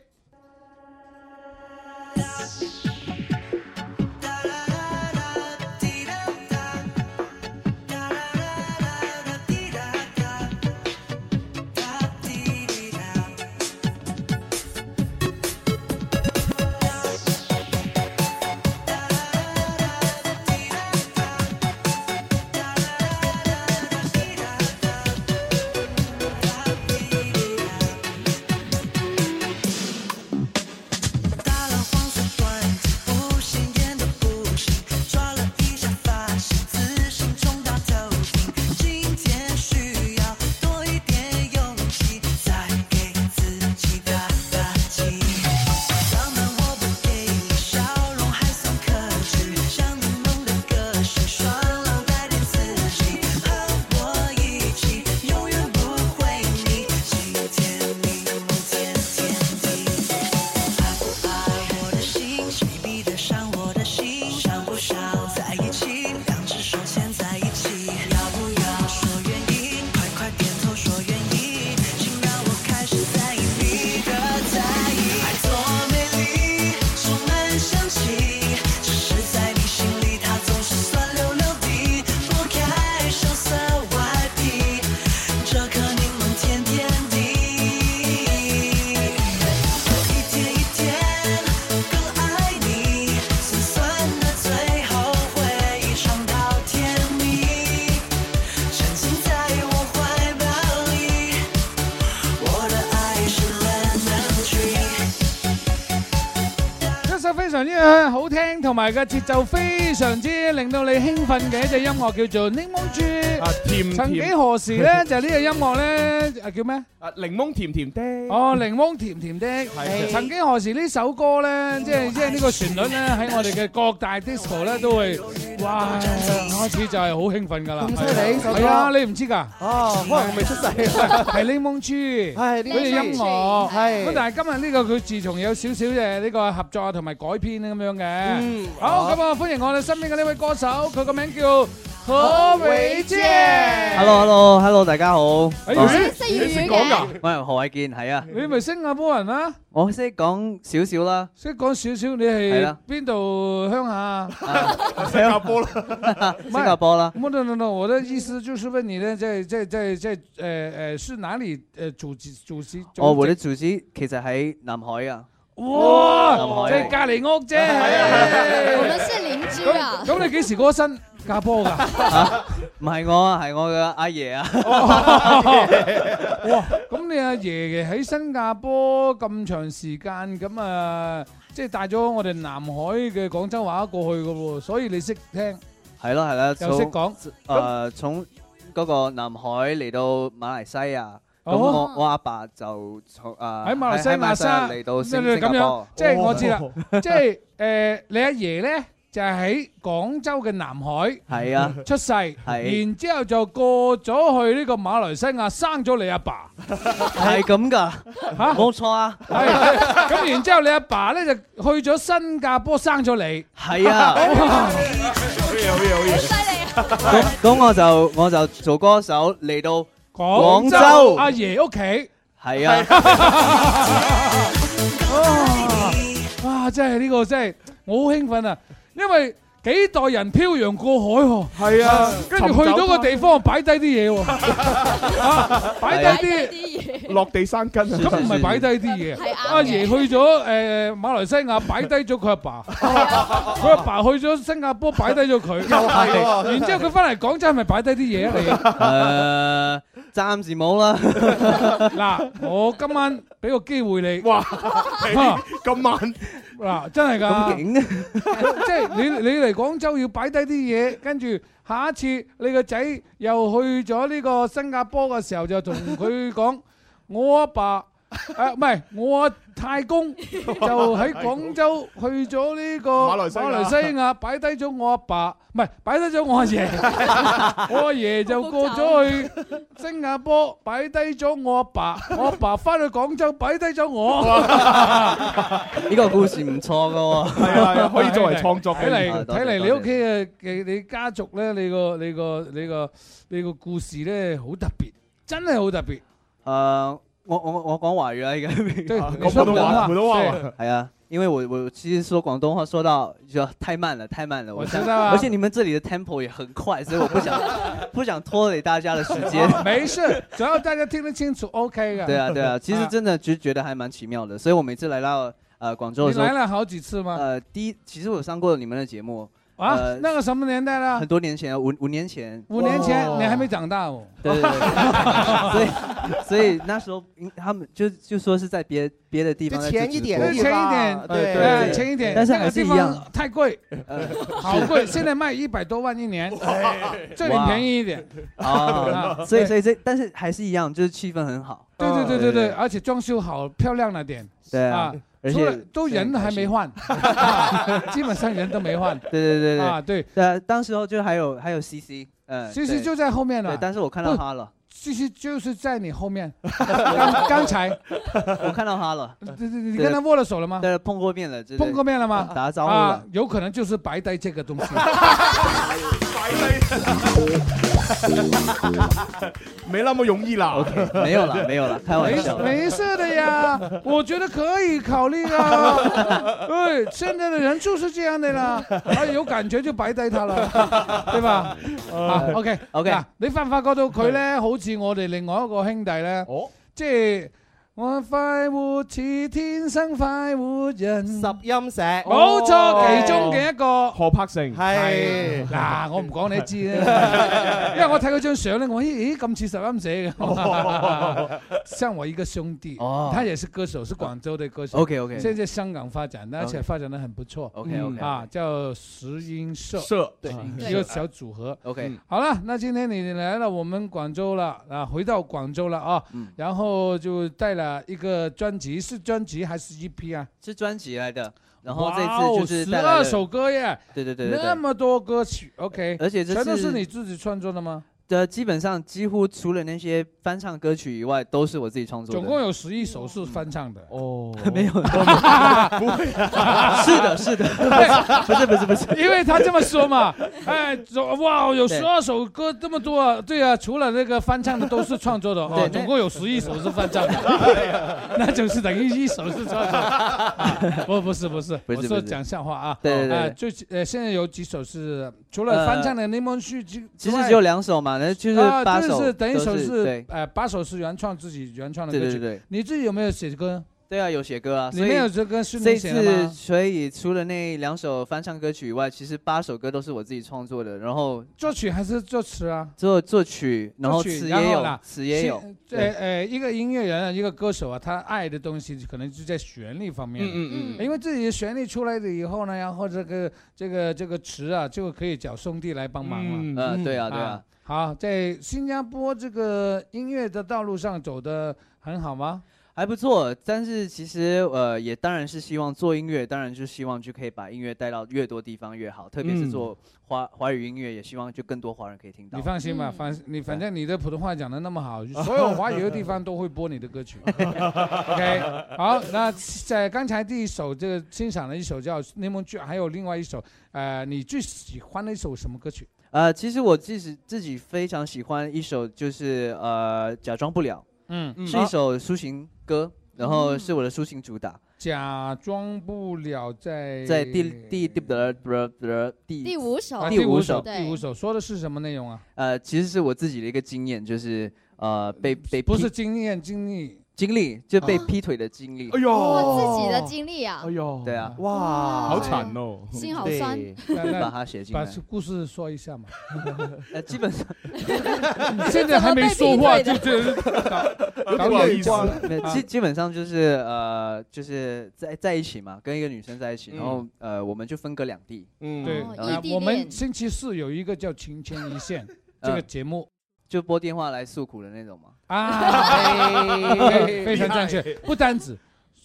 S7: 大浪黄色短裙，不显眼的不行，抓了一下发型，自信冲到头顶。今天需要多一点勇气，再给自己打打气。浪漫我不给力，笑容还算可取，像柠檬的歌声，爽朗带点刺激。和我一起，永远不会腻。今天柠檬甜甜的。爱不爱我的心，谁比得上我的心？想不想在一起？两只手牵在一起，要不要说愿意？快快点头说愿意，请让我开始在意你的在意。爱多美丽，充满香气，只是在你心里它总是酸溜溜的。剥开羞涩外皮，这颗柠檬甜甜的。一天一天更爱你，酸酸的最后会尝到甜蜜，沉浸在我怀抱里，我的爱是 lemon tree。
S9: 一首非常之好聽，同埋嘅節奏非常之令到你興奮嘅一隻音樂叫做《檸檬豬》。
S13: 啊甜
S9: 曾幾何時咧，就係呢隻音樂咧，啊叫咩？
S13: 啊檸檬甜甜的。
S9: 哦，檸檬甜甜的。
S13: 係
S9: 曾經何時呢首歌咧，即係即係呢個旋律咧，喺我哋嘅各大 disco 咧都會，哇，開始就係好興奮㗎啦。
S11: 咁犀利呢首歌
S9: 係啊，你唔知㗎？
S11: 哦，可能我未出世。
S9: 係檸檬豬，
S11: 係檸檬豬
S9: 嗰隻音樂。
S11: 係
S9: 咁但係今日呢個佢自從有少少嘅呢個合作同埋改編咁樣嘅
S11: 嗯。
S9: 好，咁啊歡迎我哋身邊嘅呢位歌手，佢個名叫何偉健。
S10: Hello，Hello，Hello，大家好。
S9: 哎你識識粵語嘅
S10: 我係何偉健，係啊，
S9: 你咪新加坡人啦，
S10: 我識講少少啦，
S9: 識講少少，你
S10: 係
S9: 係
S10: 啦
S9: 邊度鄉下啊？
S10: 新加坡啦，新加坡啦。
S9: 不不不不，我的意思就是問你呢，在在在在呃呃是哪裡呃祖籍祖籍？
S10: 我我的祖籍其實喺南海啊。
S9: 哇
S10: 南海，
S9: 即係隔離屋啫。
S3: 我們是鄰居啊。
S9: 咁你幾時過新加坡㗎？
S10: 唔係我啊，係我嘅阿爺啊。
S9: 哇！咁你阿爺爺喺新加坡咁長時間，咁啊，即係帶咗我哋南海嘅廣州話過去嘅喎，所以你識聽。
S10: 係咯係啦，
S9: 又識講
S10: 誒，從嗰個南海嚟到馬來西亞，咁
S9: 哦
S10: 我我阿爸就從誒
S9: 喺馬來西
S10: 喺馬
S9: 亞
S10: 來
S9: 沙
S10: 嚟到
S9: 你
S10: 新
S9: 哋
S10: 新加
S9: 咁樣
S10: 坡，，
S9: 即係我知啦
S10: 哦，
S9: 即係誒你阿爺咧。就係喺廣州嘅南海
S10: 係啊
S9: 出世，
S10: 係
S9: 然之後就過咗去呢個馬來西亞生咗你阿 爸，係
S10: 咁㗎，
S9: 嚇
S10: 冇錯啊，
S9: 係咁然之後你阿爸咧就去咗新加坡生咗你，
S10: 係 啊
S9: 哇
S10: 咁咁我就我就做歌手嚟到廣州
S9: 阿爺 屋企。
S10: 係啊。
S9: 啊！哇！真係呢個真係我好興奮啊，因為幾代人漂洋過海喎。
S13: 係啊
S9: 跟住去到個地方擺低啲 嘢喎，啊擺低啲。
S13: 啲落地生根啊！
S9: 咁唔係啊擺低啲嘢，阿爺去咗誒馬來西亞擺低咗佢阿爸，佢阿爸去咗新加坡擺低咗佢，
S10: 又係喎
S9: 然之後佢翻嚟廣州係咪擺低啲嘢啊？
S10: 誒，暫時呃冇啦。
S9: 你嗱，我今晚俾個機會你，啊哇，
S13: 咁晚
S9: 嗱，啊真係㗎，
S10: 咁勁啊
S9: 即係你你嚟廣州要擺低啲嘢，跟住下一次你個仔又去咗呢個新加坡嘅時候，就同佢講：我阿爸 誒唔係我阿太公就喺廣州去咗呢個馬
S13: 來西亞
S9: 馬來西亞擺低咗我阿爸，唔係擺低咗我 阿爺，我阿爺就過咗去新加坡擺低咗我阿爸，我阿爸翻去廣州擺低咗我。
S10: 呢個故事唔錯㗎喎，
S13: 係啊可以作為創作
S9: 睇嚟
S10: 啊多謝
S9: 睇嚟，你
S10: 多謝
S9: 屋企嘅嘅你家族咧，你個你個你個你個故事咧，好特別，真係好特別。
S10: 誒，我啊我我講華語啊，應該
S9: 對你說普通話普通話嘛
S10: 係啊，因為我我其實說廣東話說到就太慢了，太慢了。
S9: 我
S10: 想
S9: 知道啊
S10: 而且你們這裡的 tempo 也很快，所以我 不想不想拖累大家的時間。
S9: 哦沒事，只要大家聽得清楚，OK 嘅。
S10: 對啊，對啊，其實
S9: 啊
S10: 真的就覺得還蠻奇妙的，所以我每次來到呃廣州的
S9: 你
S10: 時候
S9: 來，了好幾次嗎？
S10: 呃，第一，其實我上過你們的節目，
S9: 啊
S10: 呃，
S9: 那個什麼年代啦
S10: 很？多年前，五五年前，
S9: 五年前你還沒長大哦。
S10: 对对对， 所以所以那时候嗯他们就就说是在別別的地方在
S9: 就
S10: 做
S9: 前一
S10: 直
S9: 點
S10: 播
S9: 地前一方點
S10: 呃對
S9: 對
S10: 對
S9: 前一點
S10: 但是
S9: 那個
S10: 还是
S9: 地
S10: 一呃
S9: 方
S10: 樣，
S9: 太貴， 好貴，現在賣一百多萬一 年，這裡便宜一點。
S10: 啊，所以所以这但是还是一樣，就是氣氛很好，
S9: 对对对对对，而且装修好漂亮了點。
S10: 對啊，而
S9: 除了
S10: 且
S9: 都人還沒換， 基本上人都沒換。
S10: 对 对对
S9: 啊对，
S10: 呃，当时候就還有還有 CC，嗯
S9: 其
S10: 對
S9: 實就在後面了
S10: 對，。但是我看到他了，
S9: 其實就是在你後 面，剛剛才
S10: 我看到他了，
S9: 對對你跟他握了手了嗎？
S10: 对，碰過面了之類，
S9: 碰過面了嗎？
S10: 打招呼
S9: 啊
S10: 了，，
S9: 有可能就是白帶這個東西。
S13: 没那么容易啦。
S10: OK，沒有啦，沒 有啦，開玩笑。
S9: 没事的呀，我覺得可以考慮啊。對，現在的人就是這樣的啦，啊有感覺就白帶他了，對吧？啊，OK
S10: OK
S9: 嗱，你發唔發覺到佢咧，好似我哋另外一個兄弟咧，
S13: 哦
S9: 即係我快活似天生快活人，十
S11: 音石，
S9: 冇
S10: 哦
S9: 錯，其中嘅一個
S13: 何柏成
S11: 係
S9: 嗱，我唔講你知啦，因為我睇佢張相咧，我咦咦咁似十音寫嘅
S13: 哦，
S9: 像我一個兄弟，
S10: 哦
S9: 他也是歌手，是廣州的歌手。
S10: OK，OK
S9: 現在香港發展，而且
S10: OK
S9: 發展得很不錯。
S10: OK，OK
S9: 啊，叫石英社，
S10: 社
S9: 對
S10: 石英，社
S9: 一個小組合。
S10: 哦 OK
S9: 嗯好了，那今天你來了我們廣州了啊，回到廣州了啊，
S10: 嗯
S9: 然後就帶了一個專輯，是專輯還是 EP 啊？
S10: 是專輯來的，然後這
S9: 哇
S10: 次
S9: 哦，
S10: 就是
S9: 十
S10: 帶來
S9: 二
S10: 了
S9: 首歌耶，
S10: 对对对对
S9: 那
S10: 对，
S9: 么多歌曲，OK，
S10: 而且这
S9: 全都
S10: 是
S9: 是你自己创作的吗？
S10: 的基本上几乎除了那些翻唱歌曲以外，都是我自己创作
S9: 总
S10: 的。
S9: 共有十一首是翻唱的
S13: 哦，
S10: 没有，
S9: 不
S10: 会 啊是的是的不是不是不是
S9: 因为他这么说 嘛，哎，总哇有
S10: 对
S9: 十二首歌这么多啊，对啊，除了那个翻唱的都是创作的哦，总共有十一首是翻 唱的，那就是等于一首是创 作的。啊不不是不是，
S10: 不
S9: 我
S10: 是
S9: 说
S10: 不是
S9: 讲笑话啊，
S10: 对对对
S9: 啊就呃现在有几首是除了翻唱的柠檬树之，
S10: 其
S9: 之
S10: 实
S9: 外
S10: 只有两首嘛，那就是
S9: 啊
S10: 八
S9: 这
S10: 首都
S9: 是
S10: 是，
S9: 等一首是
S10: 对
S9: 呃八首是原创自己原创的
S10: 对
S9: 歌
S10: 对
S9: 曲，
S10: 对对
S9: 你自己有没有写歌？
S10: 对啊，有写歌啊，
S9: 里
S10: 所以
S9: 面有这歌是你
S10: 这
S9: 写的吗
S10: 次所以除了那两首翻唱歌曲以外，其实八首歌都是我自己创作的，然后
S9: 作曲还是作词啊？
S10: 作作曲，然后
S9: 作曲
S10: 词
S9: 然
S10: 也有
S9: 啦，
S10: 词也有
S9: 是，呃
S10: 对
S9: 呃，一个音乐人啊，一个歌手啊，他爱的东西可能就在旋律方面。
S10: 嗯嗯嗯
S9: 因为自己的旋律出来了以后呢，然后这个这个这个词啊，就可以找兄弟来帮忙了。
S10: 嗯呃对啊对啊。
S9: 好，在新加坡这个音乐的道路上走的很好吗？
S10: 还不错，但是其实呃，也当然是希望做音乐，当然就希望就可以把音乐带到越多地方越好，特别是
S9: 嗯
S10: 做华华语音乐，也希望就更多华人可以听到。
S9: 你放心吧，
S10: 嗯
S9: 反你反正你的普通话讲的那么 好，所有华语的地方都会播你的歌曲。OK，好，那在刚才第一首这个欣赏了一首叫《柠檬剧》，还有另外一首，呃，你最喜欢的一首什么歌曲？
S10: 呃，其实我自己自己非常喜欢一首，就是呃，假装不了，
S9: 嗯嗯
S10: 是一首抒情歌，然后是我的抒情主打，
S9: 假装不了在
S10: 在第第第的第
S3: 第五首
S10: 第五首，
S3: 对
S9: 啊第五首说的是什么内容啊？
S10: 呃，其实是我自己的一个经验，就是呃，被被
S9: 不
S10: 劈
S9: 是经验经历，
S10: 经历，就被劈腿的经历。
S9: 哎呦
S3: 哇，自己的经历啊，
S10: 呦，对啊，
S3: 哇好惨
S10: 哦
S3: 心好酸
S10: 把它写进
S9: 把
S10: 来。
S9: 故事说一下嘛。
S10: 呃，基本上
S9: 现在还没说话就这
S10: 有
S9: 搞
S10: 点
S9: 搞有意思
S10: 忘了没有
S9: 啊
S10: 基基本上就是呃，就是在在一起嘛，跟一个女生在一起，然
S9: 嗯
S10: 后呃，我们就分隔两地。嗯
S9: 对，
S10: 然
S9: 啊
S10: 后
S9: 我们星期四有一个叫《情牵一线》这个节目
S10: 就拨电话来诉苦的那种 嘛。哎
S9: 啊，非非常正确
S10: 厉害，
S9: 不单止。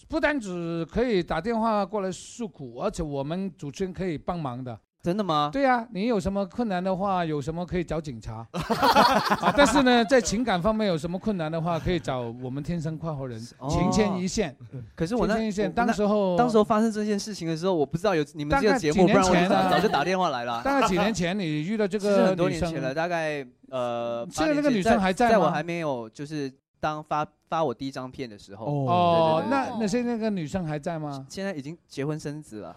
S9: 不单只可以打电话过来诉苦，而且我们主持人可以帮忙的。
S10: 真的吗？
S9: 对啊，你有什么困难的话，有什么可以找警察。 啊，但是呢，在情感方面有什么困难的话，可以找我们天生快活人，
S10: 哦
S9: 情牵一线。
S10: 可是我
S9: 情
S10: 那
S9: 牵一
S10: 我
S9: 线，
S10: 那
S9: 当时候
S10: 当时候发生这件事情的时候，我不知道有你们
S9: 大
S10: 这
S9: 概
S10: 个节
S9: 几
S10: 目，不
S9: 年
S10: 然我
S9: 前
S10: 早
S9: 啊
S10: 早就打电话来了。
S9: 大概几年前啊你遇到这
S10: 其实
S9: 个
S10: 很多
S9: 女
S10: 年
S9: 生
S10: 前了，大概呃，
S9: 现在
S10: 八
S9: 那个
S10: 年
S9: 女
S10: 前
S9: 生还在
S10: 在
S9: 吗
S10: 我还没有就是当发发我第一张片的时候。
S9: 哦
S10: 对，对对
S9: 那那些那个女生还在吗？
S10: 现在已经结婚生子了。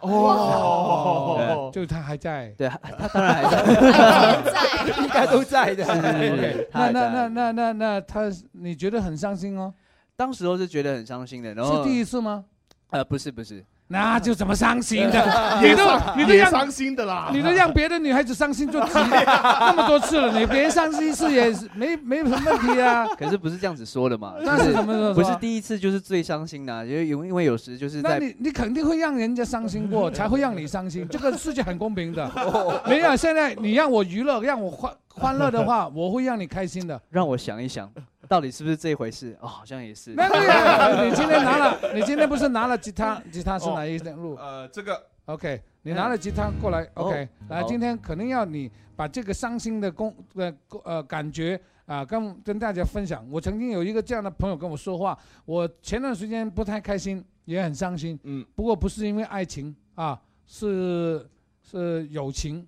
S9: 哦，
S10: 对
S9: 就她还 在。
S10: 对，她当然还在，
S9: 在
S10: 应该都在的。是是是
S9: OK，
S10: 是她
S9: 那
S10: 还
S9: 那
S10: 在
S9: 那那那那她，你觉得很伤心哦？
S10: 当时候是觉得很伤心的，然后
S9: 是第一次吗？
S10: 呃，不是不是，？
S9: 那就怎么伤心的 你都
S10: 也
S9: 你都
S10: 也
S9: 让
S10: 伤心的 啦
S9: 你都让别的女孩子伤心就急那么多次了，你别伤心一次也是没没什么问题啊。
S10: 可是不是这样子说的嘛？
S9: 那
S10: 就是
S9: 怎么说
S10: 不是第一次就是最伤心的啊，因为因为有时就是
S9: 那
S10: 在
S9: 你你肯定会让人家伤心过，才会让你伤心。这个世界很公平的， 没有现在你让我娱乐，让我欢欢乐的话，我会让你开心 的。
S10: 让我想一想，到底是不是这回事？哦，好像也是。
S9: 那对呀，你今天拿了，你今天不是拿了吉他？吉他
S10: 哦
S9: 是哪一路？
S13: 呃，这个
S9: OK，你拿了吉他过来
S13: 嗯哦
S9: ，OK，来，
S13: 好
S9: 今天肯定要你把这个伤心的工呃工呃感觉啊、跟跟大家分享。我曾经有一个这样的朋友跟我说话，我前段时间不太开心，也很伤心，嗯，不过不是因为爱情啊，是是友情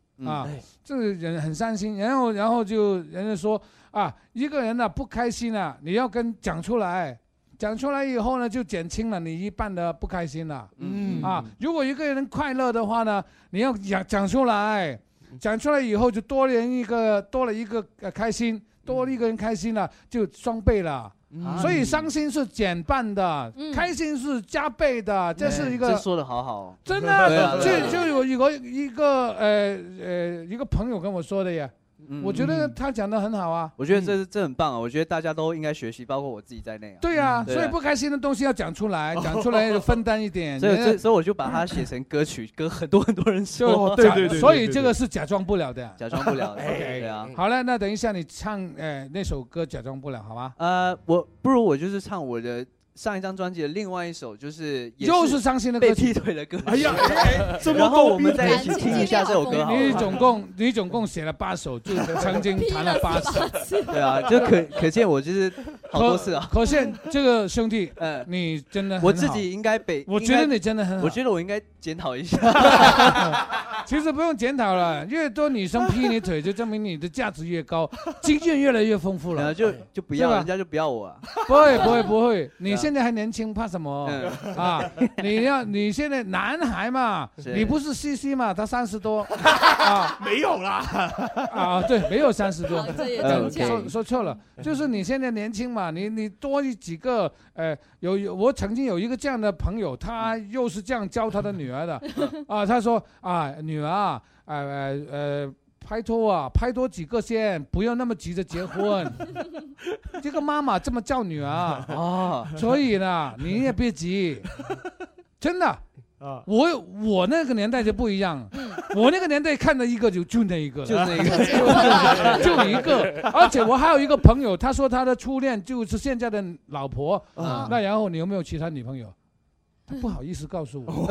S13: 嗯
S9: 啊，
S13: 哎
S9: 这个人很伤心，然后然后就人家说啊，一个人呢、不开心啊，你要跟讲出来。讲出来以后呢，就减轻了你一半的不开心了。
S13: 嗯
S9: 啊，如果一个人快乐的话呢，你要讲讲出来，
S10: 嗯
S9: 讲出来以后就多人一个多了一个呃开
S10: 嗯
S9: 心，多了一个人开心了，就双倍了。所以伤心是减半的，开心是加倍的，这是一
S10: 嗯哎
S9: 个
S10: 这说的好好哦，
S9: 真
S10: 对啊
S9: 的，
S10: 对啊
S9: 就就有有个一个呃呃一个朋友跟我说的呀，我觉得他讲的很好啊。
S10: 嗯我觉得这是这很棒啊！我觉得大家都应该学习，包括我自己在内啊。
S9: 对呀，
S10: 对
S9: 所以不开心的东西要讲出 来，讲出来就分担一点。
S10: 所以
S9: 人
S10: 这哦
S9: 家
S10: 所以我就把它写成歌曲，跟很多很多人
S9: 就
S10: 说。
S9: 假所以这个是假装不了的，
S10: 假装不了的
S9: OK
S10: 对啊
S9: 好了，那等一下你唱呃那首歌假装不了，好吗？
S10: 呃，我不如我就是唱我的上一张专辑的另外一首，就是也
S9: 又是伤心的歌
S10: 被
S9: 曲
S10: 劈腿的歌曲。
S9: 哎呀哎哎这么
S10: 然后
S9: 多
S10: 我们
S9: 劈
S10: 再
S9: 腿
S10: 一起听一下这首歌好了。。
S9: 你总共你总共写了八首，就曾经弹了八首
S10: 对啊，就可可见我就是好多 次啊。呃
S9: 可可见这个兄弟，你真的很好
S10: 我自己应该被，
S9: 我觉得你真的很好
S10: 我觉得我应该检讨一下。
S9: 其实不用检讨了，越多女生劈你腿，就证明你的价值越 高，经验越来越丰富了。哎
S10: 就就不要
S9: 对吧
S10: 人家就不要我啊。
S9: 不会不会不会，你现在还年轻，怕什么
S10: 嗯
S9: 啊？你要你现在男孩嘛，
S10: 是
S9: 你不是西西嘛，他三十多啊，
S13: 没有啦，
S9: 啊，对，没有三十多，
S13: 这
S10: 嗯
S13: 也
S9: 呃
S13: 中奖
S9: 说说错了，就是你现在年轻嘛，你你多几个，呃，有有，我曾经有一个这样的朋友，他又是这样教他的女儿的，啊，他说啊，女儿啊，呃呃呃，拍拖啊，拍多几个先，不要那么急着结婚。这个妈妈这 么叫女儿啊，
S10: 哦
S9: 所以呢，你也别急，真的。
S13: 啊，
S9: 我我那个年代就不一样了，我那个年代看的一个就就那一个了，
S10: 就那一
S9: 就
S10: 个
S9: 就一 个，而且我还有一个朋友，他说他的初恋就是现在的老婆，
S10: 啊
S9: 那然后你有没有其他女朋友？他不好意思告诉 我，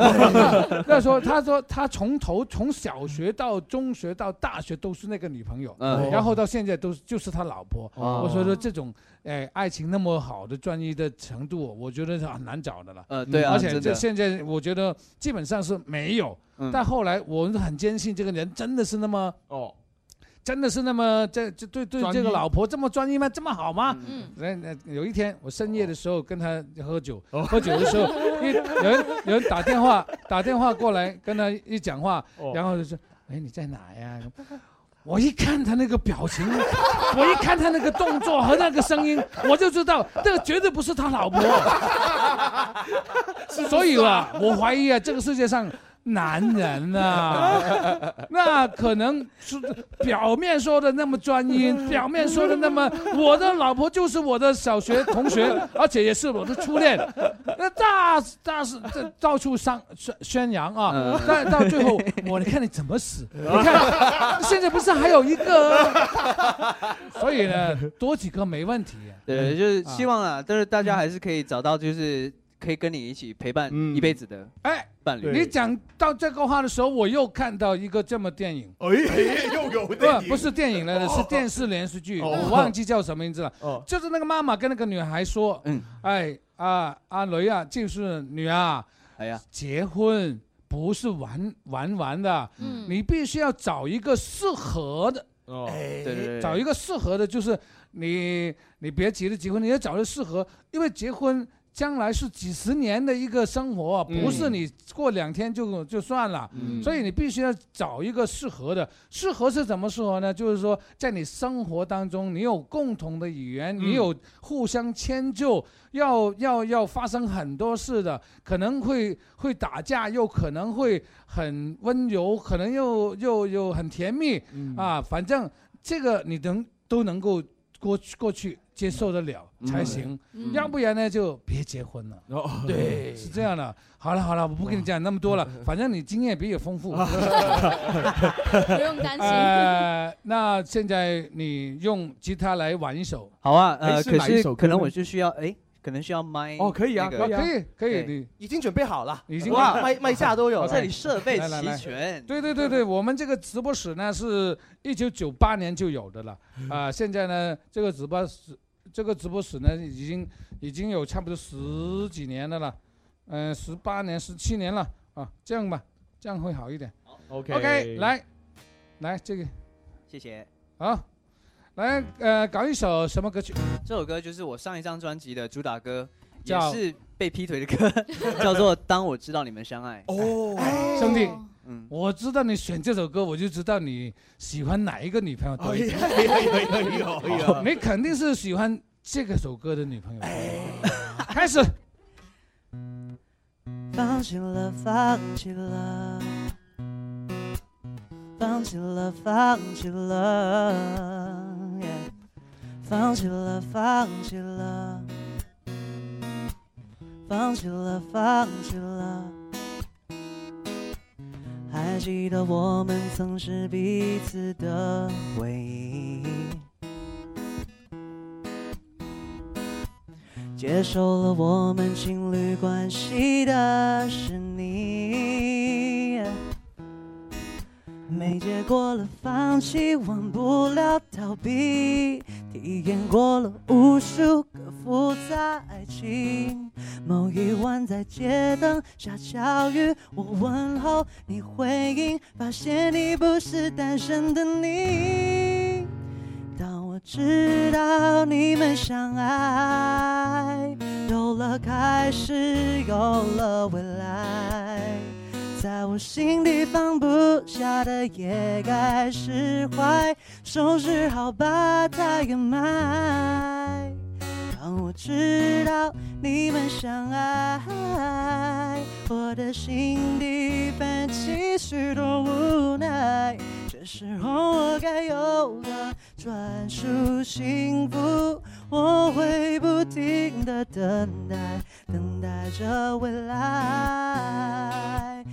S9: 那时候他说他从头从小学到中学到大学都是那个女朋友，
S10: 嗯
S9: 然后到现在都是就是他老婆。
S10: 哦
S9: 我说说这种哎爱情那么好的专一的程度，我觉得是很难找的了。
S10: 呃对啊
S9: 而且
S10: 真
S9: 这
S10: 的
S9: 现在我觉得基本上是没有，
S10: 嗯
S9: 但后来我们很坚信这个人真的是那么哦。真的是那么这这对对
S13: 专
S9: 这个
S13: 一
S9: 老婆这么专一吗？这么好吗？嗯，那那有一天我深夜的时候跟他喝酒，
S13: 哦
S9: 喝酒的时候，一有人有人打电话打电话过来跟他一讲话，
S13: 哦
S9: 然后就说：“哎，你在哪呀？”我一看他那个表情， 我一看他那个动作和那个声音，我就知道这个绝对不是他 老婆。
S13: 啊
S9: 所以啦，我怀疑啊，这个世界上男人啊， 那可能是表面说的那么专一，表面说的那么，我的老婆就是我的小学同学，而且也是我的初恋，那大大是这到处上宣宣扬啊
S10: 嗯，
S9: 但到最后，我你看你怎么死，你看现在不是还有一个，所以呢，多几个没问题。
S10: 对，就是
S9: 啊
S10: 希望啊，但是大家还是可以找到就是可以跟你一起陪伴
S9: 嗯
S10: 一辈子的
S9: 哎
S10: 伴侣。
S9: 你讲到这个话的时候，我又看到一个这么电影，
S13: 哎又有电影
S9: 不不是电影来的，是电视连续剧，
S13: 哦
S9: 我忘记叫什么名字了
S13: 哦，
S9: 就是那个妈妈跟那个女孩说，
S10: 嗯，
S9: 哎啊阿雷啊，就是女啊，
S10: 哎呀，
S9: 结婚不是玩玩玩的，
S10: 嗯
S9: 你必须要找一个适合的。
S13: 哦，
S6: 哎
S10: 对对对，
S9: 找一个适合的，就是你你别急着结婚，你要找的适合，因为结婚将来是几十年的一个生活啊，
S13: 嗯
S9: 不是你过两天就就算了，
S13: 嗯
S9: 所以你必须要找一个适合的。适合是怎么适合呢？就是说在你生活当中，你有共同的语言，你有互相迁就，要要要发生很多事的，可能会会打架，又可能会很温柔，可能又又又很甜蜜、啊，反正这个你能都能够过去过去接受得了才行，
S13: 嗯
S9: 要不然呢就别结婚了。
S13: 哦
S9: 对，是这样的。好了好了，我不跟你讲那么多了，反正你经验比我丰富，
S3: 不用担心。
S9: 呃，那现在你用吉他来玩一首，
S10: 好啊，
S9: 哎
S10: 呃，
S9: 是
S10: 可
S9: 哪一
S10: 是
S9: 首歌
S10: 可能
S9: 呢
S10: 我就需要，哎，可能需要麦那个。
S9: 哦可以啊可以啊可以可以
S10: 对
S9: 你
S19: 已经准备好了，
S9: 已经
S19: 哇，麦麦架都有了，
S10: 这里设备
S9: 来来
S10: 齐
S9: 来
S10: 全。
S9: 对对对对，我们这个直播室呢是一九九八年就有的了
S13: 嗯
S9: 啊、现在呢这个直播室这个直播室呢已经已经有差不多十几年的了，嗯、十八年十七年了啊，这样吧，这样会好一点。
S13: OK
S9: OK，来来这个
S10: 谢谢。
S9: 好，
S13: 嗯
S9: 来呃搞一首什么歌曲？
S10: 这首歌就是我上一张专辑的主打歌，也
S9: 叫
S10: 是被劈腿的 歌，叫做《当我知道你们相爱》。嗯
S9: 哦，兄弟，我知道你选这首歌，我就知道你喜欢哪一个女朋友多一点。
S13: 哎呀哎呀哎呀哎呀哎呀
S9: 你肯定是喜欢这个首歌的女朋友。
S13: 哎
S9: 开始，
S15: 放弃了，放弃了，放弃了，放弃了，yeah，放弃了，放弃了，放弃了，放弃了。还记得我们曾是彼此的唯一，接受了我们情侣关系的是你。没结果了，放弃，忘不了逃避，体验过了无数个复杂爱情。某一晚在街灯下巧遇，我问候你回应，发现你不是单身的你。当我知道你们相爱，有了开始，有了未来，在我心底放不下的也该释怀，收拾好吧，太掩埋。当我知道你们相爱，我的心底泛起许多无奈。这时候我该有个专属幸福，我会不停的等待，等待着未来。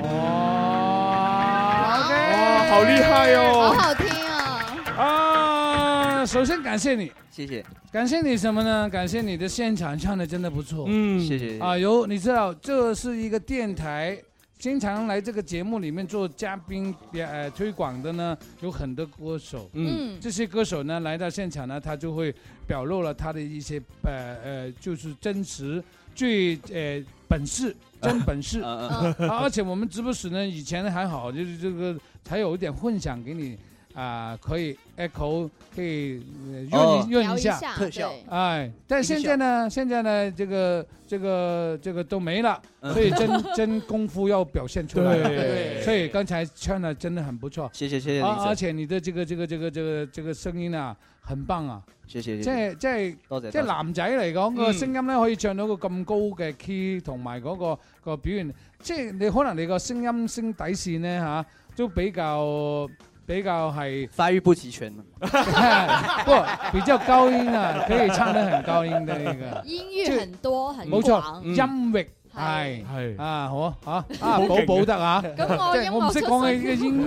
S9: 哦
S6: 哎
S9: 好厉害
S3: 好
S9: 哦！
S3: 好听啊！
S9: 啊，首先感谢你，
S10: 谢谢，
S9: 感谢你什么呢？感谢你的现场唱的真的不错，
S10: 嗯谢谢谢谢
S9: 啊，有你知道这是一个电台，经常来这个节目里面做嘉宾呃推广的呢，有很多歌手，
S20: 嗯嗯
S9: 这些歌手呢来到现场呢，他就会表露了他的一些呃呃就是真实最呃本事。真本事，
S10: 嗯 嗯
S9: 啊而且我们直播室呢，以前还好，就是这个还有一点混响给你啊、可以 echo，可以呃润
S10: 哦
S9: 一润
S10: 调
S9: 一
S10: 一
S9: 下
S10: 下特效对
S9: 哎，但现在呢，现在呢，这个这个这个都没了，
S10: 嗯
S9: 所以真真功夫要表现出来。
S10: 对
S9: 所以刚才唱的真的很不错，
S10: 谢谢谢谢林
S9: 啊
S10: 子
S9: 而且你的这个这个这个这个这个声音啊，很棒啊！
S10: 谢谢
S9: 即
S10: 谢
S9: 係
S10: 谢，
S9: 即係
S10: 多謝
S9: 即係
S10: 多謝
S9: 男仔嚟講個
S10: 嗯
S9: 聲音咧，可以唱到個咁高嘅 key，同埋嗰個個表現，即係你可能你個聲音聲底線咧嚇，都比較比較係
S10: 發育不齊全嘛，
S9: 不比較高音啊，可以唱得很高音的那個。
S3: 音域很多，很
S9: 冇錯，
S3: 廣。
S9: 音域係係啊，好啊嚇啊，
S3: 好
S9: 寶
S3: 勁
S9: 寶得啊，
S3: 咁我
S9: 即係我唔識
S3: 音樂出
S9: 講
S3: 身
S9: 你嘅音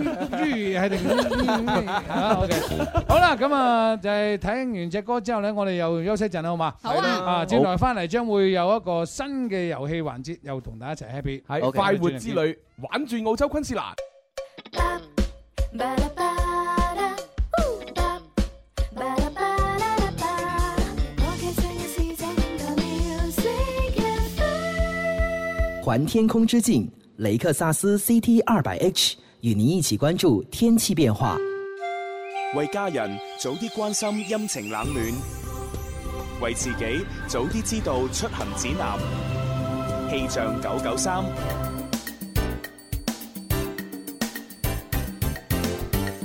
S9: 域係定音域啊，OK，好啦，咁啊就係睇完只歌之後咧，我哋又休息陣啦，好嘛？
S3: 好啊
S9: 啊，轉頭翻嚟將會有一個新嘅遊戲環節，又同大家一齊 happy，
S21: 係快活之旅，玩轉澳洲昆士蘭。
S1: 环天空之境，雷克萨斯 CT 二百 H 与您一起关注天气变化。
S2: 为家人早啲关心阴晴冷暖，为自己早啲知道出行指南。气象九九三，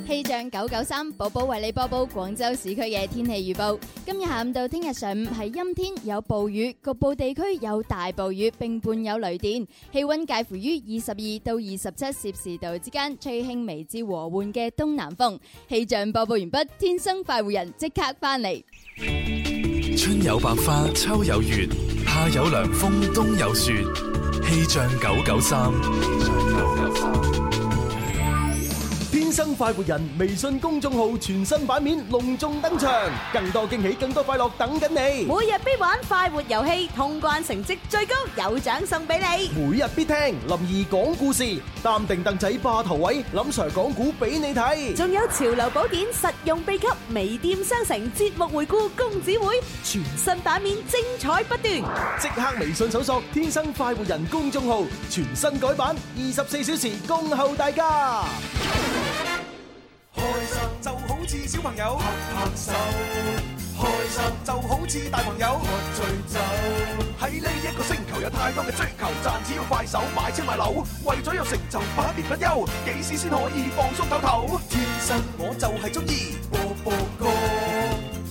S3: 氣象九九三，寶寶為你播報廣州市區嘅天氣預報。今日下午到聽日上午係陰天有暴雨，局部地區有大暴雨，並伴有雷電。氣温介乎於二十二到二十七攝氏度之間，吹輕微至和緩嘅東南風。氣象播報完畢，天生快活人即刻翻嚟。
S4: 春有百花，秋有月，夏有涼風，冬有雪。氣象九九三，
S19: 天生快活人微信公众號全新版面隆重登場，更多驚喜，更多快樂等緊你。
S7: 每日必玩快活遊戲，通關成績最高，有獎送俾你。
S19: 每日必聽林怡講故事，擔定凳仔霸頭位，林 Sir 講古俾你睇。
S7: 仲有潮流寶典實用秘笈，微店商城節目回顧，公子會全新版面精彩不斷。
S19: 即刻微信搜索“天生快活人”公眾號，全新改版，二十四小時恭候大家。
S6: 开心就好似小朋友拍拍手，开心就好似大朋友喝醉酒。喺呢一个星球有太多嘅追求，賺只要快手買車買樓，為咗有成就百年不休，幾時先可以放鬆唞唞？天生我就係中意播播歌，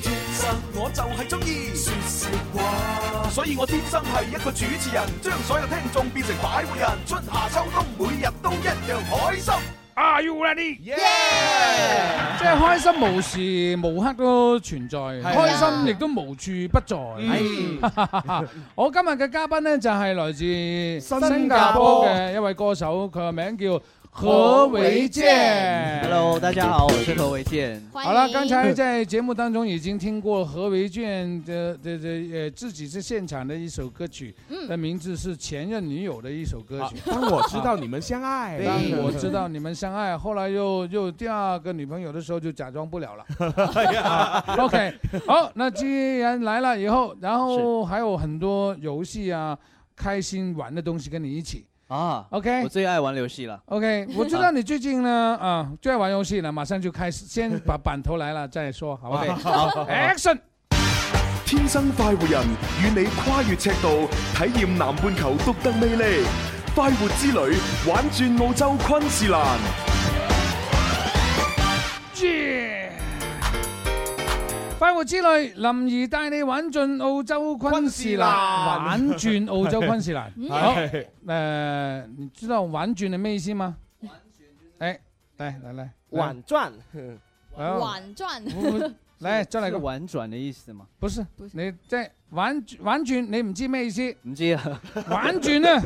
S6: 天生我就係中意说笑話，所以我天生係一個主持人，將所有聽眾變成擺活人，春夏秋冬每日都一樣開心。
S9: Are you ready? 即係開心無時無刻都存在，
S22: 啊
S9: 開心亦都無處不在。
S22: 嗯
S9: 我今日嘅嘉賓呢，就係來自新加
S22: 加
S9: 坡
S22: 坡
S9: 嘅一位歌手，佢嘅名叫何
S10: 何
S9: 維
S10: 維
S9: 健。
S10: Hello，大家好，我是何維健。
S9: 好了，刚才在节目当中已经听过何维健的的的呃自己是现场的一首歌曲，的名字是前任女友的一首歌
S6: 啊
S9: 曲。
S21: 当我知道你们相爱
S9: 啊，当我知道你们相爱，后来又又第二个女朋友的时候就假装不了 了。啊 OK，好，那既然来了以后，然后还有很多游戏啊，开心玩的东西跟你一起。
S10: 啊
S9: OK
S10: 我最爱玩游戏了。
S9: OK，我知道你最近呢啊最爱玩游戏了，马上就开始，先把版头来了再说，好不
S6: OK，
S9: 好
S6: 好
S9: ？Action！
S6: 天生快活人與你跨越赤道，體驗南半球獨特魅力。快活之旅，玩轉澳洲昆士蘭。
S9: 快活之旅，林怡帶你玩盡澳洲昆士蘭，玩
S22: 昆士蘭
S9: 轉澳洲昆士蘭。
S22: 嗯
S9: 好，
S6: 哎
S22: 係
S9: 誒，你知道玩轉係咩意思嗎？哎，來來來，
S11: 玩轉，
S9: 來哦
S3: 玩轉
S9: 我來再來個
S10: 是婉转的意思吗？
S9: 不是，你即係玩轉 玩轉，你唔知咩意思？
S10: 唔知啊，
S9: 玩轉呢？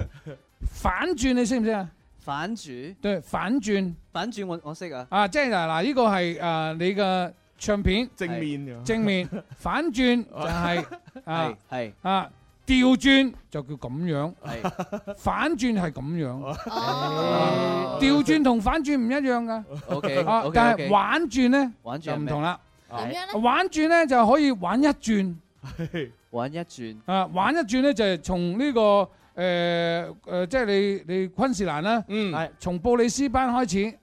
S9: 反轉你識唔識啊？
S10: 反主
S9: 對反轉
S10: 反轉我我識啊，
S9: 啊，即係嗱嗱，呢個係誒你嘅唱片
S10: 正面㗎
S9: 正面反轉就 係啊
S10: 係
S9: 啊調轉就叫咁樣，
S10: 係
S9: 反轉係咁樣， 哦調轉同反轉唔一樣㗎。
S10: OK，
S9: 啊
S10: OK，
S9: 但
S10: OK
S9: 係玩轉咧
S10: 玩轉
S9: 就
S10: 係
S9: 唔
S10: 咩
S9: 同啦。
S3: 哦
S10: 點樣
S9: 咧？玩轉咧就可以玩一轉。
S10: 玩一轉
S9: 啊，玩一轉咧就係從呢個誒誒，即係你你昆士蘭啦，
S10: 嗯
S9: 係從布里斯班開始。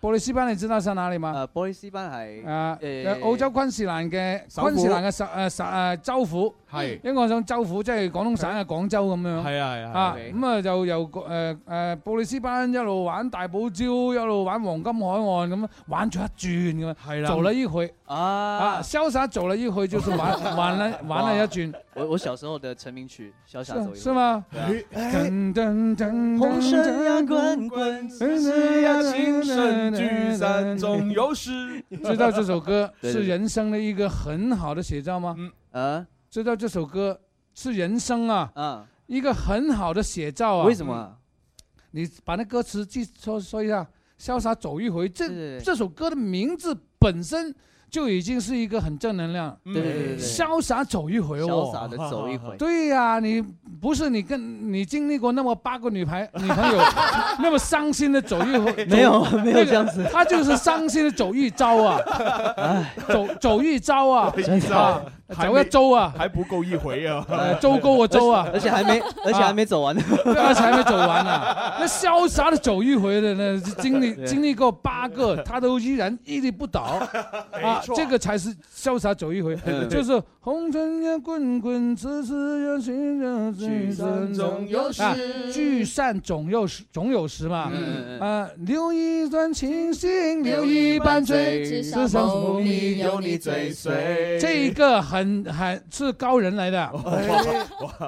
S9: 布里斯班你知道喺哪裡嘛？
S10: 布里斯呃班係
S9: 啊，
S10: 誒
S9: 澳洲昆士蘭嘅
S10: 首府
S9: 昆士蘭嘅首誒首誒州府，
S10: 係
S9: 因為我想州府即係廣東省嘅廣州咁樣。
S13: 係啊係啊係啊
S9: 啊咁啊就由誒誒布里斯班一路玩大堡礁，一路玩黃金海岸咁，玩咗一轉咁樣。係
S13: 啦
S9: 做了一回啊，
S10: 啊，
S9: 瀟灑走了一回，就是 玩玩了玩了一轉。
S10: 我我小時候的成名曲《瀟灑走一回》
S9: 是吗？哎
S10: 对啊
S9: 噔噔噔，
S15: 红尘呀滚
S11: 嗯
S15: 滚，世
S6: 啊
S15: 呀情深聚
S9: 哎
S15: 散总有 时。
S9: 知道这首歌
S10: 对对
S9: 是
S10: 对
S9: 人生的一个很好的写照吗？
S10: 啊，
S9: 知道这首歌是人生啊，
S10: 啊，
S9: 一个很好的写照啊。
S10: 为什么啊
S9: 嗯？你把那歌词记说说一下，《潇洒走一回》这这首歌的名字本身就已经是一个很正能量。
S10: 对对对对对
S9: 潇洒走一回哦，
S10: 潇洒地走一回
S9: 对呀、你不是你跟你经历过那么八个女排女 朋友那么伤心的走一回，
S10: 没有
S9: 走
S10: 没有这样子
S9: 那 个他就是伤心的走一遭啊，走走一遭啊，
S6: 哎哦
S9: 啊走一周啊，
S13: 还不够一回啊
S9: 呃，周够啊周啊，
S10: 而且而且还没而且还没走完呢
S9: 对而且还没走完呢、那潇洒的走一回的呢，经历
S10: 对
S9: 经历过八个，他都依然屹立不倒啊
S10: 没，错
S9: 这个才是潇洒走一回
S10: 嗯，
S9: 就是红尘呀滚滚，世事呀寻着聚散
S13: 总有时
S9: 啊聚散总有时，总有时嘛
S13: 嗯嗯。嗯
S9: 啊，留一段清醒，留一半醉，
S13: 至少
S9: 世上
S13: 某
S9: 无
S13: 你
S9: 你
S13: 有你最碎
S9: 这一个很很是高人来 的，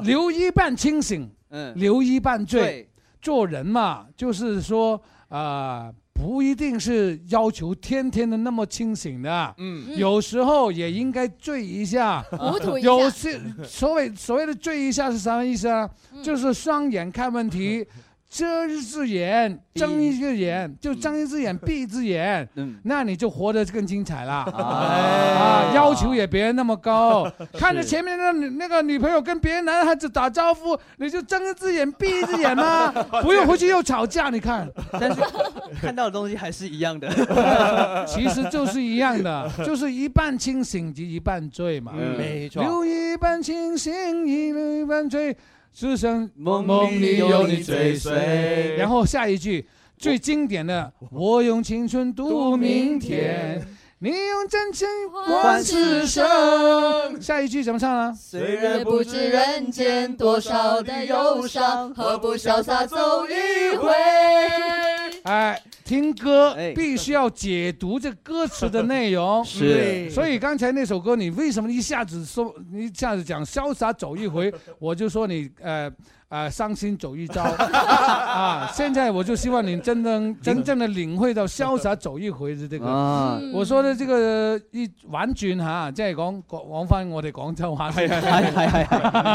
S9: 留一半清醒，
S10: 嗯
S9: 留一半醉
S10: 对。
S9: 做人嘛，就是说啊、不一定是要求天天的那么清醒的，
S13: 嗯
S9: 有时候也应该醉一下，
S13: 糊涂一下
S9: 有些所谓所谓的醉一下是什么意思啊？就是双眼看问题。遮一只眼，睁一只眼，就睁一只眼闭一只眼，
S10: 嗯
S9: 那你就活得更精彩啦！啊，要求也别那么高，看着前。前面那女那个女朋友跟别的男孩子打招呼，你就睁一只眼闭一只眼吗？不用回去又吵架，你看，
S10: 但是 看到的东西还是一样 的，
S9: 其实就是一样的，就是一半清醒及一半醉嘛。
S10: 嗯没错
S9: 留一半清醒，一半醉，世上
S10: 梦
S9: 梦
S10: 里
S9: 里
S10: 有
S9: 有
S10: 你
S9: 你
S10: 最
S9: 最
S10: 碎
S9: 碎。然后下一句最经典的，我用青春度明天。你用真情换此生，下一句怎么唱呢？
S7: 虽然不知人间多少的忧伤，何不潇洒走一回？
S9: 啊哎，听歌
S10: 哎
S9: 必须要解读这歌词的内容。 嗯
S10: 是对
S9: 所以刚才那首歌，你为什么一下子说，你一下子讲潇洒走一 回，我就说你呃呃伤心走一遭啊。现在我就希望你真 正真正的领会到潇洒走一回的这个。
S10: 啊
S9: 我說咧，呢個一玩轉下，即係講講翻我哋廣州 話先。
S10: 係係係係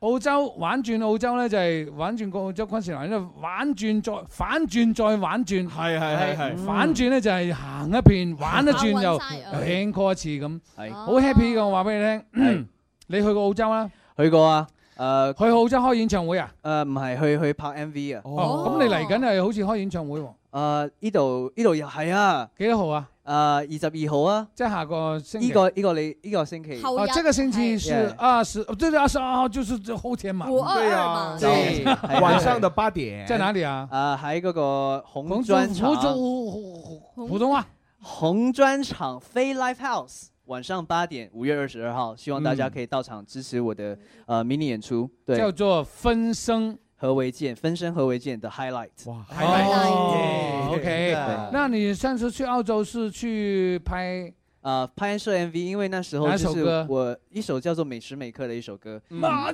S9: 澳洲玩轉澳洲咧，就係玩轉個澳洲昆士蘭，因為玩轉再反轉再玩轉。 係係
S13: 係係
S9: 反轉咧就係行一遍，玩一轉又
S13: 行勻晒
S9: 又輕 call 一次咁。
S10: 係
S7: 哦
S9: 好 happy 哎嘅，我話俾你聽。你去過澳洲啦？
S10: 去過啊，誒
S9: 去澳洲開演唱會啊？
S10: 誒唔係去去拍 MV 啊，
S9: 哦，咁你嚟緊係好似開演唱會喎。
S10: 誒呢度呢度又係啊，
S9: 幾多號啊？
S10: 誒二十二號啊，
S9: 即係下個星期
S10: 呢個呢個你呢個星期
S9: 哦，这個星期是
S10: 哎
S9: 二十，哦對對，二十二號就是这後天嘛。
S10: 对啊对，係
S13: 晚上的八点
S9: 在哪里啊？
S10: 啊，喺嗰個紅
S9: 紅
S10: 磚
S9: 磚
S10: 廠，
S9: 紅普通話。
S10: 紅磚廠非 Live House。晚上八點，五月二十二號，希望大家可以到場支持我的呃迷你演出，
S9: 嗯
S10: 對，
S9: 叫做分生
S10: 何為健，分身何為健的 highlight。哇
S9: 哦，OK，
S10: 对
S9: 那你上次去澳洲是去拍
S10: 啊，拍摄 MV，因为那时候
S9: 哪
S10: 就
S9: 首
S10: 是
S9: 歌嗯
S10: 我一首叫做《每时每刻》的一首歌。嗯
S9: 妈，我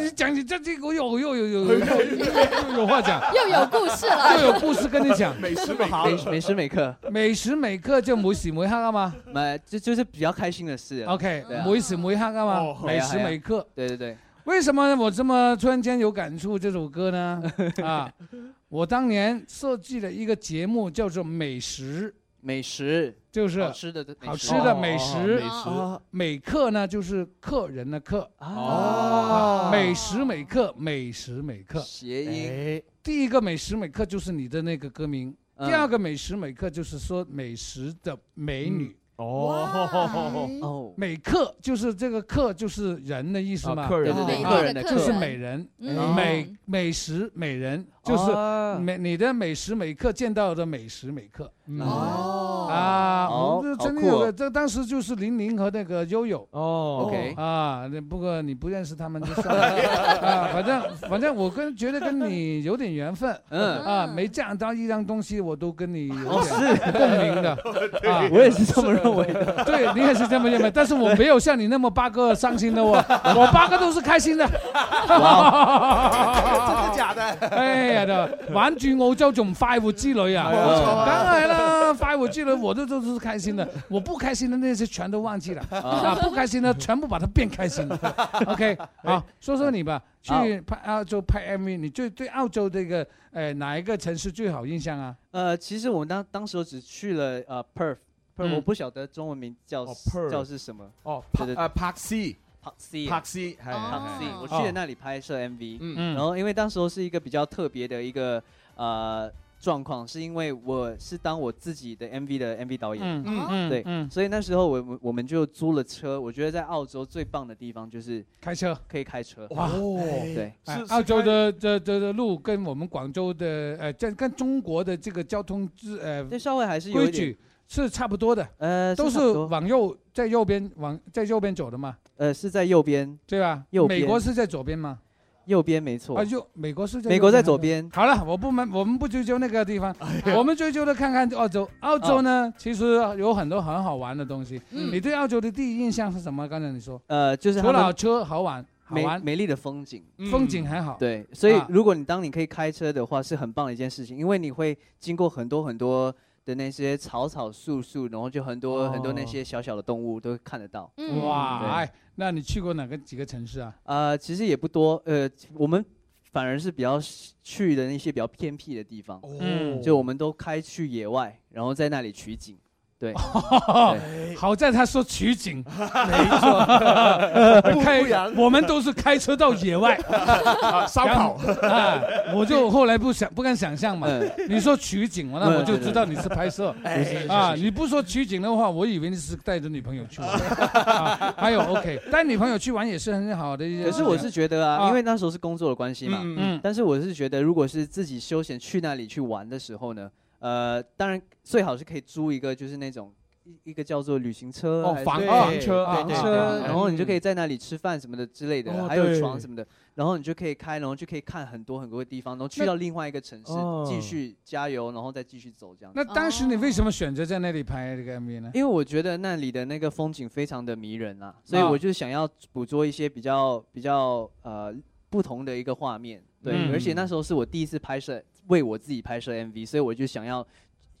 S9: 你讲起这这个又又又又又又有话讲，
S3: 又有故事了
S9: 又有故事跟你讲。
S10: 每时每刻每每时每刻，
S9: 每时每刻就每时每刻啊嘛
S10: 呃，就就是比较开心的事啊。
S9: ，OK，
S10: 对啊哦
S9: 每时每刻啊嘛，每时每刻。。
S10: 对啊对啊对对对，
S9: 为什么我这么突然间有感触这首歌呢？啊，我当年设计了一个节目，叫做《美食》。
S10: 美食
S9: 就是
S10: 好吃的美食
S9: 好吃的美食，
S10: 哦
S9: 美客呢就是客人的客啊
S10: 哦
S9: 美哎食美客，美食美客，
S10: 谐音。
S9: 第一个美食美客就是你的那个歌名，
S10: 嗯
S9: 第二个美食美客就是说美食的美
S10: 嗯
S9: 女。
S13: 哦
S10: 哦，
S9: 美客就是这个客就是人的意思嘛，
S13: 啊客人的
S9: 对
S13: 那个
S9: 啊
S13: 客人的客
S9: 就是
S13: 人
S9: 美人，
S13: 嗯
S9: 美美食美人
S13: 哦
S10: 哦
S9: 就是美你的美食美客见到的美食美客。哦啊，
S13: 好
S9: 我们
S13: 好
S9: 这真的
S13: 酷
S9: 有
S13: 嗯哦
S9: 个，这当时就是林玲和那个悠悠。
S13: 哦
S10: OK
S9: 啊，那不过你不认识他们就算 了啊，反正反正我跟觉得跟你有点缘分，
S10: 嗯
S9: 啊，每讲到一样东西我都跟你有
S10: 哦
S9: 点
S10: 是
S9: 共鸣 的
S10: 对
S9: 啊，
S10: 我也是这么认为的
S9: 对你也是这么认为，但是我没有像你那么八哥伤心的我，哦我八哥都是开心的。
S19: 真的假的？
S9: 哎呀，就玩住澳洲仲快活之旅啊！
S19: 冇錯
S9: 当
S19: 啊
S9: 然啦，快活之旅我都都是开心的，我不开心的那些全都忘记了啊，不开心的全部把它变开心了。OK，好，说说你吧，
S10: 好
S9: 去拍澳洲拍 MV，你最对澳洲这个呃哪一个城市最好印象啊？
S10: 呃，其实我们当当时只去了呃 Perth。Perth，
S9: 嗯
S10: 我不晓得中文名叫
S13: 哦，Perth
S10: 叫是什么
S13: 哦
S10: 对对
S13: 呃帕克西，
S10: 帕西
S13: 帕克西，系
S10: Park
S13: 系
S10: C，我去了那里拍摄 MV，
S13: 嗯
S10: 然后因为当时候是一个比较特别的一个呃状况，是因为我是当我自己的 MV 的 MV 导演，
S9: 嗯嗯嗯
S10: 对，
S9: 嗯
S10: 所以那时候我我我们就租了车，我觉得在澳洲最棒的地方就是
S9: 开车，
S10: 可以开车，
S9: 哇
S10: 对，
S9: 哎澳洲的的的的路跟我们广州的呃，这跟中国的这个交通制呃，
S10: 这稍微还是有
S9: 规
S10: 一点
S9: 矩是差不多的，
S10: 呃
S9: 都
S10: 是差
S9: 是
S10: 不多
S9: 往右在右边往在右边走的嘛，
S10: 呃是在右边，
S9: 对吧？
S10: 右边
S9: 美国是在左边嘛？
S10: 右边没错，
S9: 啊，右美国是在
S10: 美国在
S9: 右
S10: 左
S9: 边
S10: 边，
S9: 还
S10: 哎
S9: 是。好了，我不们我们不追究那个地方，我们追究的看看澳洲。澳
S10: 哦
S9: 洲呢，其实有很多很好玩的东西。
S10: 嗯
S9: 你对澳洲的第一印象是什么？刚才你说，
S10: 呃，就是
S9: 除
S10: 他们
S9: 了车好玩，好
S10: 美
S9: 玩，
S10: 美丽的风景，
S9: 风景还好。
S10: 对，所以
S9: 啊
S10: 如果你当你可以开车的话，是很棒的一件事情，因为你会经过很多很多的那些草草树树，然后就很多、很多那些小小的动物都看得到。
S7: 嗯哦
S9: 哇，
S10: 嗯对
S9: 哎，那你去过哪个几个城市啊？
S10: 呃，其实也不多，呃，我们反而是比较喜去的那些比较偏僻的地方，
S9: 嗯
S10: 就我们都开去野外，然后在那里取景，对，
S9: 好在他说取景，没
S10: 错
S9: 开
S10: 不然
S9: 我们都是开车到野外
S13: 烧烤
S9: 啊，我就后来不想不敢想象
S10: 哦
S9: 嘛。
S10: 嗯
S9: 你说取景，那我就知道你是拍摄
S13: 嗯是是是
S9: 啊。你不说取景的话，我以为你是带着女朋友去玩。啊还有 OK，带女朋友去玩也是很好的一件事
S10: 可
S9: 情。
S10: 是我是觉得啊，
S9: 啊
S10: 因为那时候是工作的关系嘛，
S9: 嗯嗯嗯
S10: 但是我是觉得，如果是自己休闲去那里去玩的时候呢，呃，当然最好是可以租一个就是那种一一个叫做旅行车
S13: 哦
S10: 还是
S13: 房
S10: 对
S13: 房车
S10: 对对对
S13: 房车
S10: 对然后你就
S13: 嗯
S10: 可以在那里吃饭什么的之类的，
S13: 哦
S10: 还有
S13: 对
S10: 床什么的，然后你就可以开，然后就可以看很多很多地方，然后去
S9: 那
S10: 到另外一个城市
S9: 哦
S10: 继续加油，然后再继续走这样子。
S9: 那当时你为什么选择在那里拍这个 MV 呢？
S10: 因为我觉得那里的那个风景非常的迷人啊，所以
S9: 啊
S10: 我就想要捕捉一些比较比较呃不同的一个画面。对，
S9: 嗯
S10: 而且那时候是我第一次拍摄，为我自己拍摄 MV，所以我就想要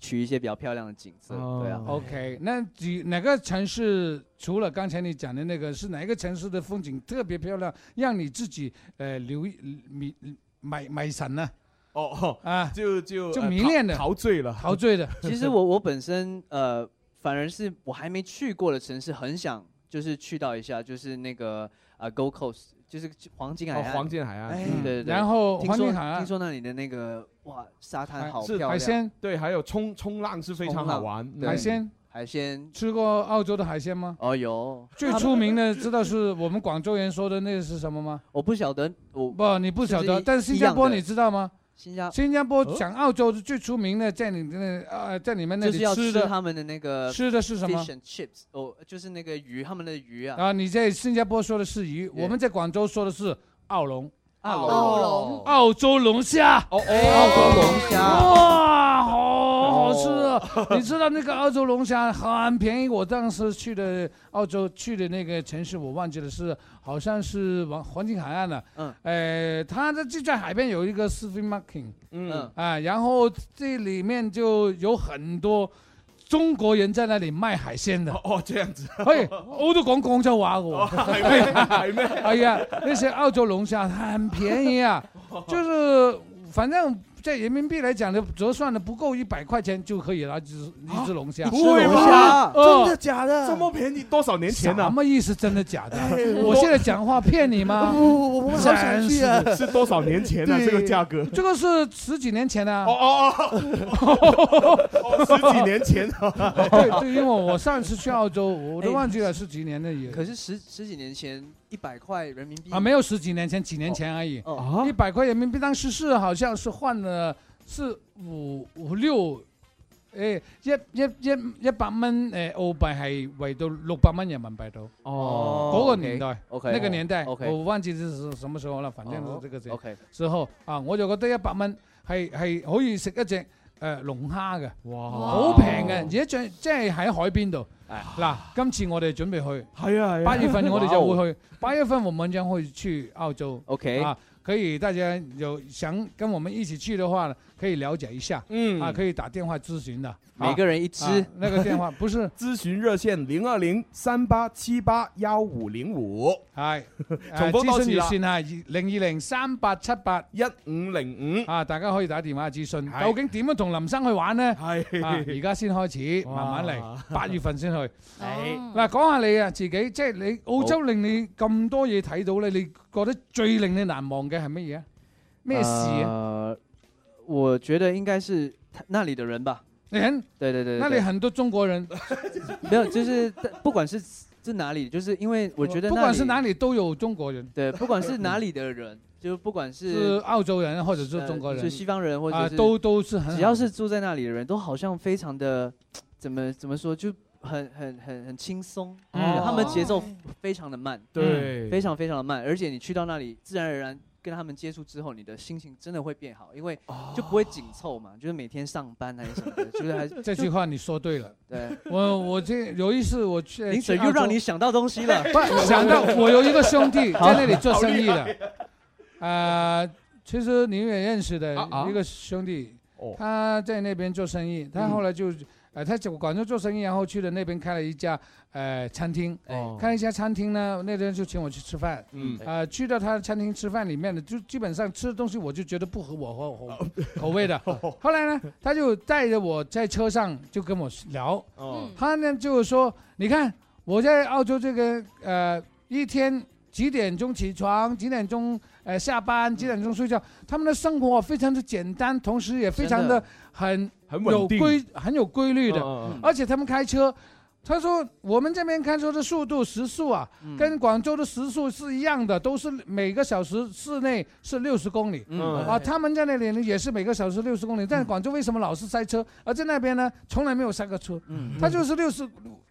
S10: 取一些比较漂亮的景色。对
S9: 哦
S10: 啊，。
S9: OK，那几哪个城市除了刚才你讲的那个，是哪一个城市的风景特别漂亮，让你自己呃留意迷买买神呢？
S13: 哦
S9: 哦啊，
S13: 就就
S9: 就
S13: 呃
S9: 迷
S13: 陶
S9: 恋的
S13: 陶醉了，
S9: 陶醉的
S10: 其实我我本身呃，反而是我还没去过的城市，很想就是去到一下，就是那个啊、呃 Gold Coast，就是黄金海
S13: 哦
S10: 岸。
S13: 黄金海岸
S10: 哎
S13: 嗯
S10: 对对对。
S9: 然后
S10: 听
S9: 黄金
S10: 说
S9: 海岸
S10: 听说那里的那个哇沙滩好漂
S13: 是
S10: 亮。
S9: 海鲜
S13: 对，还有冲冲浪是非常好玩，嗯
S10: 对
S9: 海鲜，
S10: 海鲜
S9: 吃过澳洲的海鲜吗？
S10: 哦有
S9: 最出名的知道是我们广州人说的那个是什么吗？
S10: 我不晓得，我
S9: 不，你不晓得，但是新加坡你知道吗？
S10: 新加
S9: 新加坡
S10: 哦
S9: 讲澳洲的最出名的，在你那呃，在你们那
S10: 就
S9: 里
S10: 是要
S9: 的
S10: 他们的那个
S9: 吃的是什么
S10: fish and chips 哦，就是那个鱼，他们的鱼啊。
S9: 啊，你在新加坡说的是鱼，我们在广州说的是澳龙。
S10: 澳
S9: 龙啊澳哎洲龙虾，
S10: 哦澳洲龙虾
S9: 哇，好好吃啊！
S10: 哦
S9: 你知道那个澳洲龙虾很便宜，我当时去的澳洲去的那个城市，我忘记了是好像是黄黄金海岸了。啊
S10: 嗯，
S9: 呃，它的就在海边有一个 s u p e r market，
S10: 嗯
S9: 啊，然后这里面就有很多。中國人在那裡賣海鮮的，
S13: 哦，這樣子，
S9: 嘿，我都講廣州話嘅 喎，哎
S13: 係咩係咩
S9: 係啊，那些澳洲龍蝦很便宜啊，就是反正在人民币来讲的折算的不够一百块钱就可以拿一只一只龙虾，
S13: 一只龙虾
S9: 哦
S13: 啊哦真的假的这么便宜多少年前呢
S9: 什么意思？真的假的
S13: 哎？
S9: 我
S13: 我哦
S9: 现在讲话骗你吗？
S13: 不我我好想去啊
S9: 真
S13: 是多少年前啊
S9: 对
S13: 这个价格
S9: 这个是十几年前的。啊
S13: 哦
S9: 哦
S13: 十几年前
S9: 对对，因为我上一次去澳洲，我都
S10: 哎
S9: 忘记了是几年的也。
S10: 可是十十几年前一百块人民币
S9: 啊，没有啊十几年前，几年前而已。
S10: 哦
S9: 一百块人民币当时是好像是换了是五五六，誒一一一一百蚊誒澳幣係為到六百蚊人民幣到。
S10: 哦
S9: 嗰個年代
S10: OK，OK，
S9: 那個年代
S10: OK 哦
S9: 我忘記是什麼時候啦，反正都這個時候。
S10: OK
S9: 之後啊，我就覺得一百蚊係係可以食一隻。誒龍蝦嘅，哇，好平嘅，而且最即係喺海邊度。
S13: 哎
S9: 嗱，今次我哋準備去，
S13: 係啊係啊
S9: 八月份我哋就
S13: 哇哦
S9: 會去。八月份我们将会去澳洲。
S10: OK
S9: 啊，可以大家有想跟我们一起去的话呢，可以了解一下。
S13: 嗯
S9: 啊，可以打电话咨询的。
S13: 每个人一支
S9: 啊那个电话不是
S13: 咨询热线零二零三八七八幺五零五，
S9: 系哎
S13: 重复多次
S9: 热
S13: 啦，
S9: 线系零二零三八七八一五零 五啊，大家可以打電話諮詢。
S13: 係
S9: 究竟點樣同林生去玩呢？係而家先開始，
S13: 哇
S9: 慢慢嚟，八月份先去。嗱，講下你啊，自己即係你澳洲令你咁多嘢睇到咧，你覺得最令你難忘嘅係乜嘢啊？咩事啊？
S10: 呃我觉得应该是他那里的人吧。
S9: 人？
S10: 对对对对
S9: 那里很多中国人，
S10: 没有，就是但不管是是哪里，就是因为我觉得
S9: 不管是
S10: 那
S9: 哪里都有中国人。
S10: 对，不管是哪里的人，就不管是
S9: 嗯是澳洲人啊或者是中国人
S10: 呃就西方人或者
S9: 啊
S10: 是
S9: 都都是很好
S10: 只要是住在那里的人都好像非常的怎么怎么说就。很很很很轻松，
S9: 嗯
S10: 他们节奏非常的慢，嗯
S9: 对
S10: 非常非常的慢，而且你去到那里，自然而然跟他们接触之后，你的心情真的会变好，因为
S9: 哦
S10: 就不会紧凑嘛，就是每天上班还是什么的，就是 还
S9: 这句
S10: 就
S9: 话你说对了。
S10: 对，
S9: 我我这有一次我 去，
S10: 林
S9: 去
S10: Sir
S9: 澳
S10: 又
S9: 洲，
S10: 让你想到东西了
S9: 不想到我有一个兄弟在
S10: 好
S9: 那里做生意的， 呃，其实你也认识的
S10: 啊哦嗯
S9: 一个兄弟，他在那边做生意，他后来就。呃，他在广州做生意，然后去了那边开了一家呃餐厅，
S13: 哎
S10: 哦
S9: 开了一家餐厅呢，那天就请我去吃饭，
S13: 嗯
S9: 呃，去到他的餐厅吃饭里面呢，就基本上吃的东西我就觉得不合我口
S13: 哦
S9: 口口味的。后来呢，他就带着我在车上就跟我聊，
S13: 哦
S9: 他呢就是说，你看我在澳洲这个呃一天几点钟起床，几点钟呃下班，几点钟睡觉，他们的生活非常的简单，同时 也非常
S13: 真
S9: 的
S13: 的
S9: 很
S13: 嗯很稳
S9: 有
S13: 定
S9: 规很有规律的
S13: 嗯嗯嗯，
S9: 而且他们开车。他说：“我们这边开车的速度时速啊，
S10: 嗯
S9: 跟广州的时速是一样的，都是每个小时室内是六十公里。
S13: 嗯
S9: 啊，他们在那里呢也是每个小时六十公里，但广州为什么老是塞车？而在那边呢，从来没有塞过车。
S10: 嗯。
S9: 他就是六十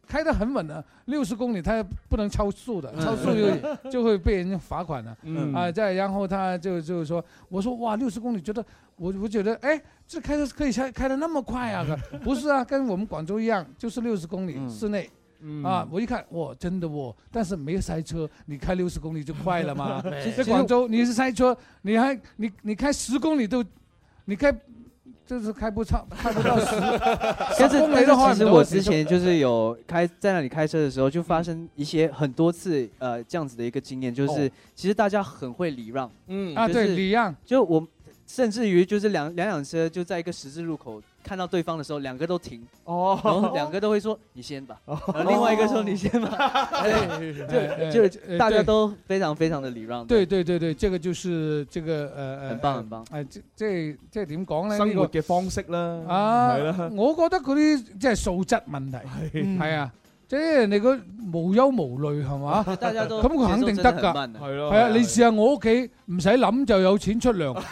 S9: 开得很稳的，六十公里他不能超速的，
S13: 嗯
S9: 超速就就会被人家罚款了。
S13: 嗯
S9: 啊，再然后他就就说，我说哇，六十公里觉得我我觉得哎，这开车可以开开得那么快啊？可不是啊，跟我们广州一样，就是六十公里室内。
S13: 嗯
S9: 啊！我一看，哇，真的哦，但是没塞车，你开六十公里就快了嘛
S13: 对。
S9: 在广州你是塞车，你还你你开十公里都，你开就是开不超，开不到十
S10: 但
S9: 十
S10: 是
S9: 公
S10: 但
S9: 里
S10: 是
S9: 的话，
S10: 其实我之前就是有开在那里开车的时候，就发生一些很多次呃这样子的一个经验，就是
S9: 哦
S10: 其实大家很会礼让，
S13: 嗯
S9: 啊对礼让，
S10: 就我甚至于就是两两辆车就在一个十字路口看到对方的时候，两个都停，
S13: 哦
S10: 然后两个都会说你先吧，然后另外一个说你先吧，
S9: 哎
S10: 对，就
S9: 哎
S10: 就大家
S9: 对
S10: 都非常非常的礼让，
S9: 对對對對，這個就是呃這個誒誒，
S10: 很棒很棒
S9: 誒即即係即係點講咧？
S13: 生活
S9: 呢個
S13: 嘅方式啦，
S9: 啊
S13: 係啦，，
S9: 我覺得嗰啲即係素質問題，
S13: 嗯
S9: 係啊。即係人哋個無憂無慮係嘛？
S10: 啊
S13: 大家都
S9: 咁佢肯定得
S13: 節奏真係
S9: 㗎
S13: 很慢， 啊係咯
S9: 係啊！
S13: 係啊
S9: 你試下我屋企唔使諗就有錢出糧，啊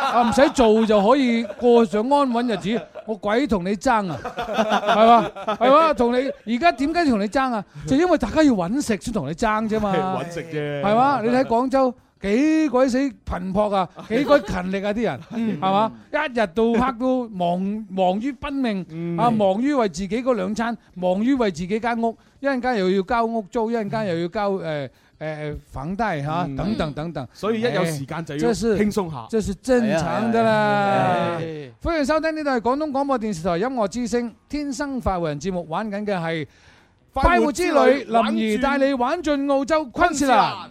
S9: 啊唔使做就可以過上安穩日子，我鬼同你爭啊！係嘛？係嘛？同你而家點解同你爭啊？就因為大家要揾食先同你爭啫嘛。
S13: 揾食啫，
S9: 係嘛？你
S13: 啊
S9: 睇廣州幾鬼死頻 撲啊，幾鬼勤力啊啲人，係嘛？一日到黑都忙 忙於奔
S13: 嗯
S9: 命啊，忙於為自己嗰兩餐，忙於為自己間屋，一陣間又要交屋租，一陣間又要交誒。
S13: 嗯
S9: 誒誒房貸嚇等等等等，
S13: 所以一有時間就要
S9: 哎這是
S13: 輕鬆下
S9: 這是正常的
S13: 係
S9: 啦
S13: 啊係啊係啊。
S9: 歡迎收聽呢度係廣東廣播電視台音樂之聲《天生快活人》節目，玩緊嘅係快活之旅，林兒帶你玩盡澳洲昆士蘭。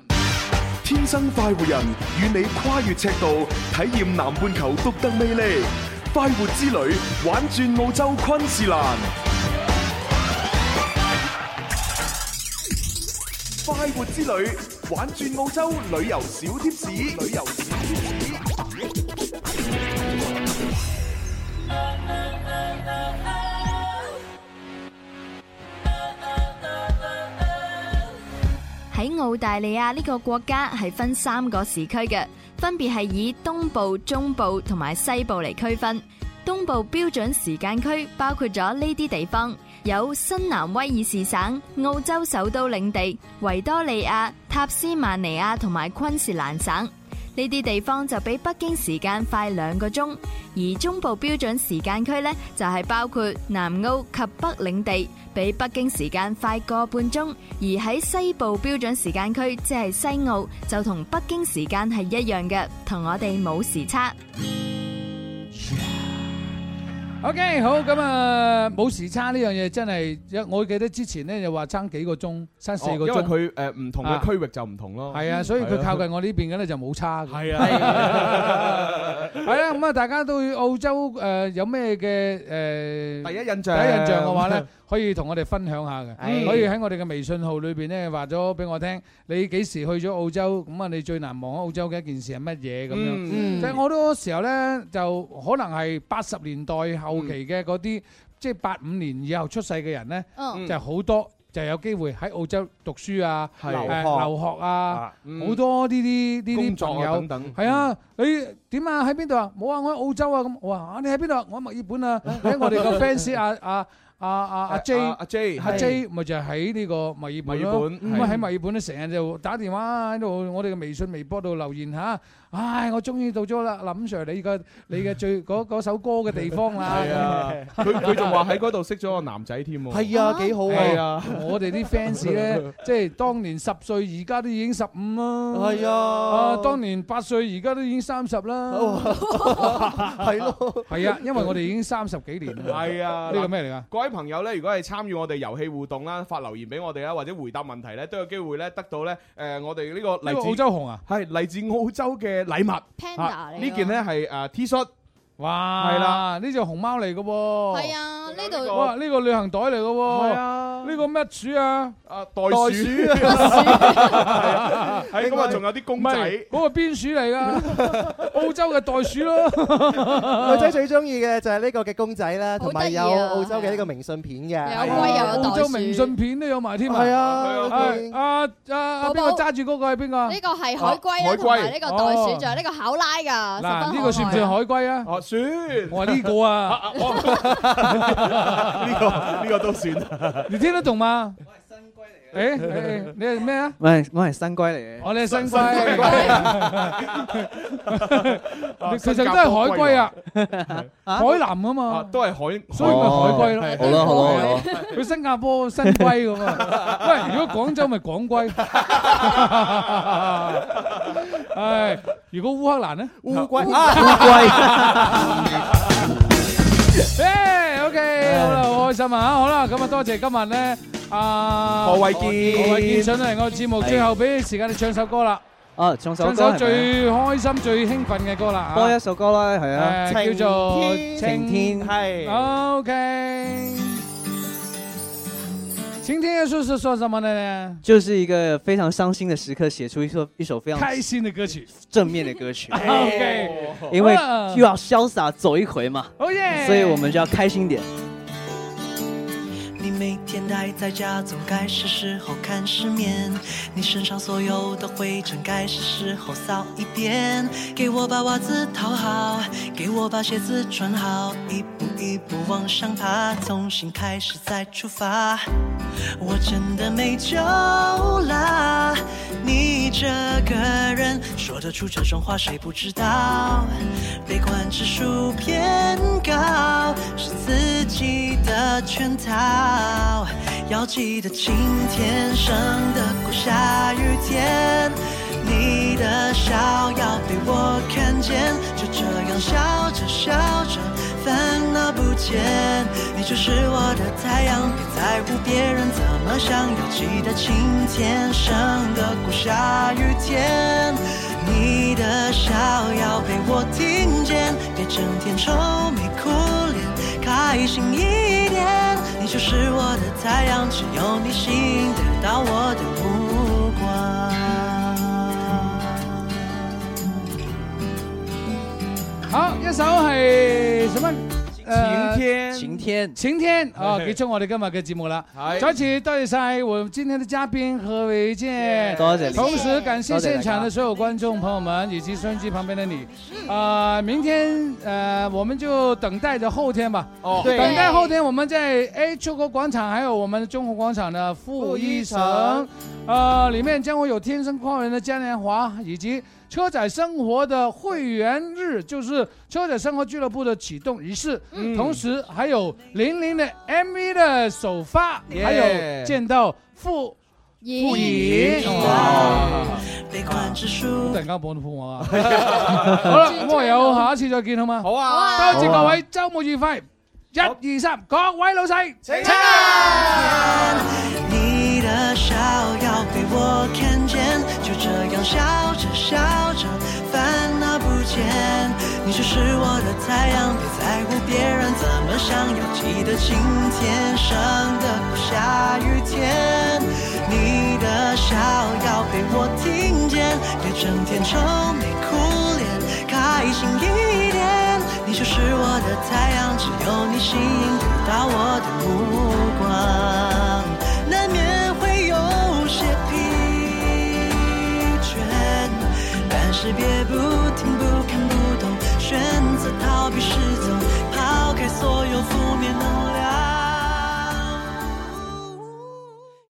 S7: 天生快活人，與你跨越赤道，體驗南半球獨特魅力。快活之旅，玩轉澳洲昆士蘭。快活之旅，玩轉澳洲旅遊小貼士。旅遊小貼士。
S3: 喺澳大利亞呢個國家係分三個時區嘅，分別係以東部、中部同埋西部嚟區分。東部標準時間區包括咗呢啲地方，有新南威爾士省、澳洲首都領地、維多利亞、塔斯曼尼亞同埋昆士蘭省。呢啲地方就比北京時間快兩個鐘，而中部標準時間區呢，就係包括南澳及北領地，比北京時間快個半鐘；而喺西部標準時間區，即係西澳，就同北京時間係一樣嘅，同我哋冇時差。
S9: OK，好咁啊，冇時差呢樣嘢真係，一我記得之前咧就話爭幾個鐘，爭四個鐘，
S6: 因為佢誒唔同嘅區域就唔同咯。
S9: 係啊，所以佢靠近我呢邊嘅咧就冇差嘅。係啊， 係啊，咁啊，大家對澳洲誒有咩嘅誒
S6: 第一印象
S9: 第一印象嘅 話咧，可以同我哋分享下嘅，
S6: 係
S9: 可以喺我哋嘅微信號裏邊咧話咗俾我聽，你幾時去咗澳洲？咁啊，你最難忘喺澳洲嘅一件事係乜嘢咁樣？
S2: 嗯
S9: 即係我好多時候咧，就可能係八十年代後
S6: 嗯
S9: 期嘅嗰啲，即係八五年以後出世嘅人咧，
S2: 嗯
S9: 就好多。就有機會喺澳洲讀書啊，
S6: 係
S9: 誒
S6: 留學
S9: 留學啊
S6: 啊，嗯
S9: 好多呢啲呢
S6: 工
S9: 啲
S6: 作啊
S9: 朋友
S6: 等等
S9: 係啊，你點啊？喺邊度啊？冇啊，我喺澳洲啊咁。我話啊，你喺邊度啊？我喺墨爾本 啊。喺我哋個 fans 啊啊啊啊阿 J
S6: 阿 J，
S9: 阿 J 咪就係喺呢個墨爾本
S6: 墨
S9: 咯。
S6: 爾本
S9: 咁啊
S6: 係
S9: 喺墨爾本咧，成日就打電話喺度，我哋嘅微信、微博度留言嚇。唉，我終於到咗啦，林 Sir，你嘅你嘅最嗰嗰首歌嘅地方啦。
S6: 係啊，佢佢仲話喺嗰度識咗個男仔添喎。
S11: 哎
S9: 係啊幾好啊
S6: 係啊，
S9: 我哋啲 fans 咧，即係當年十歲，而家都已經十五啦。
S6: 係啊
S9: 啊，當年八歲，而家都已經三十啦。係咯，係啊，因為我哋已經三十幾年啦。
S6: 係啊，
S9: 呢個咩嚟㗎？？
S6: 各位朋友咧，如果係參與我哋遊戲互動啦，發留言俾我哋啦，或者回答問題咧，都有機會咧得到咧誒我哋呢個
S9: 呢
S6: 嚟
S9: 個
S6: 自
S9: 澳洲紅啊，
S6: 係嚟自澳洲嘅禮物
S23: Panda
S6: 啊
S23: 嚟㗎
S6: 呢件咧係誒 T 恤，
S9: 哇
S6: 係啦，
S9: 呢只熊貓嚟嘅喎。
S23: 係啊，呢度
S9: 哇！呢個旅行袋嚟嘅喎，
S6: 係啊，
S9: 呢個咩鼠啊？
S6: 啊
S9: 袋
S6: 鼠
S9: 係啊
S6: 係咁啊仲有啲公仔
S9: 唔係嗰個邊鼠嚟㗎？澳洲嘅袋鼠咯。
S11: 女仔最中意嘅就係呢個嘅公仔啦，同埋有
S9: 好得意啊
S11: 澳洲嘅呢個明信片嘅，
S9: 係啊澳洲明信片都有埋添啊！
S11: 係啊
S9: 係啊啊啊！邊個揸住嗰個係邊個？
S23: 呢個係海龜啊啦，同埋呢個袋鼠，仲有呢個考拉㗎，十分
S9: 嗱，呢
S23: 可
S9: 個算唔算
S23: 愛
S9: 海龜啊？
S6: 哦， 算。
S9: 我話呢個啊，
S6: 呢個呢個都算。
S9: 你聽得懂嗎？我係新龜嚟嘅。誒，你係咩啊？
S10: 我係我係新龜嚟嘅。
S9: 我哋係新
S10: 新
S9: 龜，其實都係海龜啊，海南啊嘛，
S6: 都係海，
S9: 所以咪海龜咯。
S6: 好啦好啦好 啦
S9: 佢新加坡新龜咁啊，喂，如果廣州咪港龜，唉，如果烏克蘭咧，
S11: 烏龜
S9: 誒，OK，好啦，好開心啊！好啦，咁啊，多謝今日咧， 阿
S10: 何慧健
S9: 何慧健上嚟我節目，最後俾時間你唱首歌啦，
S10: 啊，唱首
S9: 唱
S10: 歌啊
S9: 首最開心、最興奮嘅歌啦，
S10: 多一首歌啦，係啊，
S9: 誒叫做
S10: 晴天，
S9: 係 OK。晴天說是說什麼呢？
S10: 就是一个非常伤心的时刻，写出一首一首非常
S9: 開心的哎歌曲，
S10: 正面的 歌曲。
S9: OK Oh
S10: 因为
S9: 啊
S10: 又要潇洒走一回嘛
S9: 哦耶，
S10: 所以我们就要开心点。
S15: 你每天待在家，总该是时候看世面。你身上所有的灰尘，该是时候扫一遍。给我把袜子套好，给我把鞋子穿好，一步一步往上爬，从新开始再出发。我真的没救啦，你这个人说得出这种话，谁不知道？悲观指数偏高，是自己的圈套。要记得晴天胜得过下雨天，你的笑要被我看见，就这样笑着笑着，烦恼的不见，你就是我的太阳，别在乎别人怎么想，要记得晴天胜得过下雨天。你的笑要被我听见，别整天愁眉苦脸，开心一点。你就是我的太阳，只有你醒得到我的目光。
S9: 好，一首係什麼？誒
S10: 天，晴天，
S9: 呃晴天啊！結束我哋今日嘅節目啦。再次多謝晒我們今天的嘉賓何維健，
S10: 多謝你
S9: 同時感謝
S10: 多謝大家
S9: 現場的所有觀眾朋友們以及收音機旁邊的你。
S13: 嗯
S9: 啊，明天呃，我們就等待着後天吧。
S13: 哦
S9: 等
S13: 對
S9: 待後天我們在 H 國廣場，還有我們中國廣場的副一層。呃，里面将会有天生快活人的嘉年华，以及车载生活的会员日，就是车载生活俱乐部的启动仪式。
S13: 嗯
S9: 同时还有玲玲的 MV 的首发
S13: Yeah
S9: 还有见到傅傅
S15: 咦
S9: 仪。哇
S15: 悲观之书。
S9: 突然間幫到我啊！好啦，咁我有下一次再見好嗎？好
S15: 啊
S9: 多謝各位，周末愉快！一二三，各位老細，請
S15: 你的笑要被我看见，就这样笑着笑着，烦恼不见。你就是我的太阳，别在乎别人怎么想，要记得晴天胜得过下雨天。你的笑要被我听见，别整天愁眉苦脸，开心一点。你就是我的太阳，只有你吸引得到我的目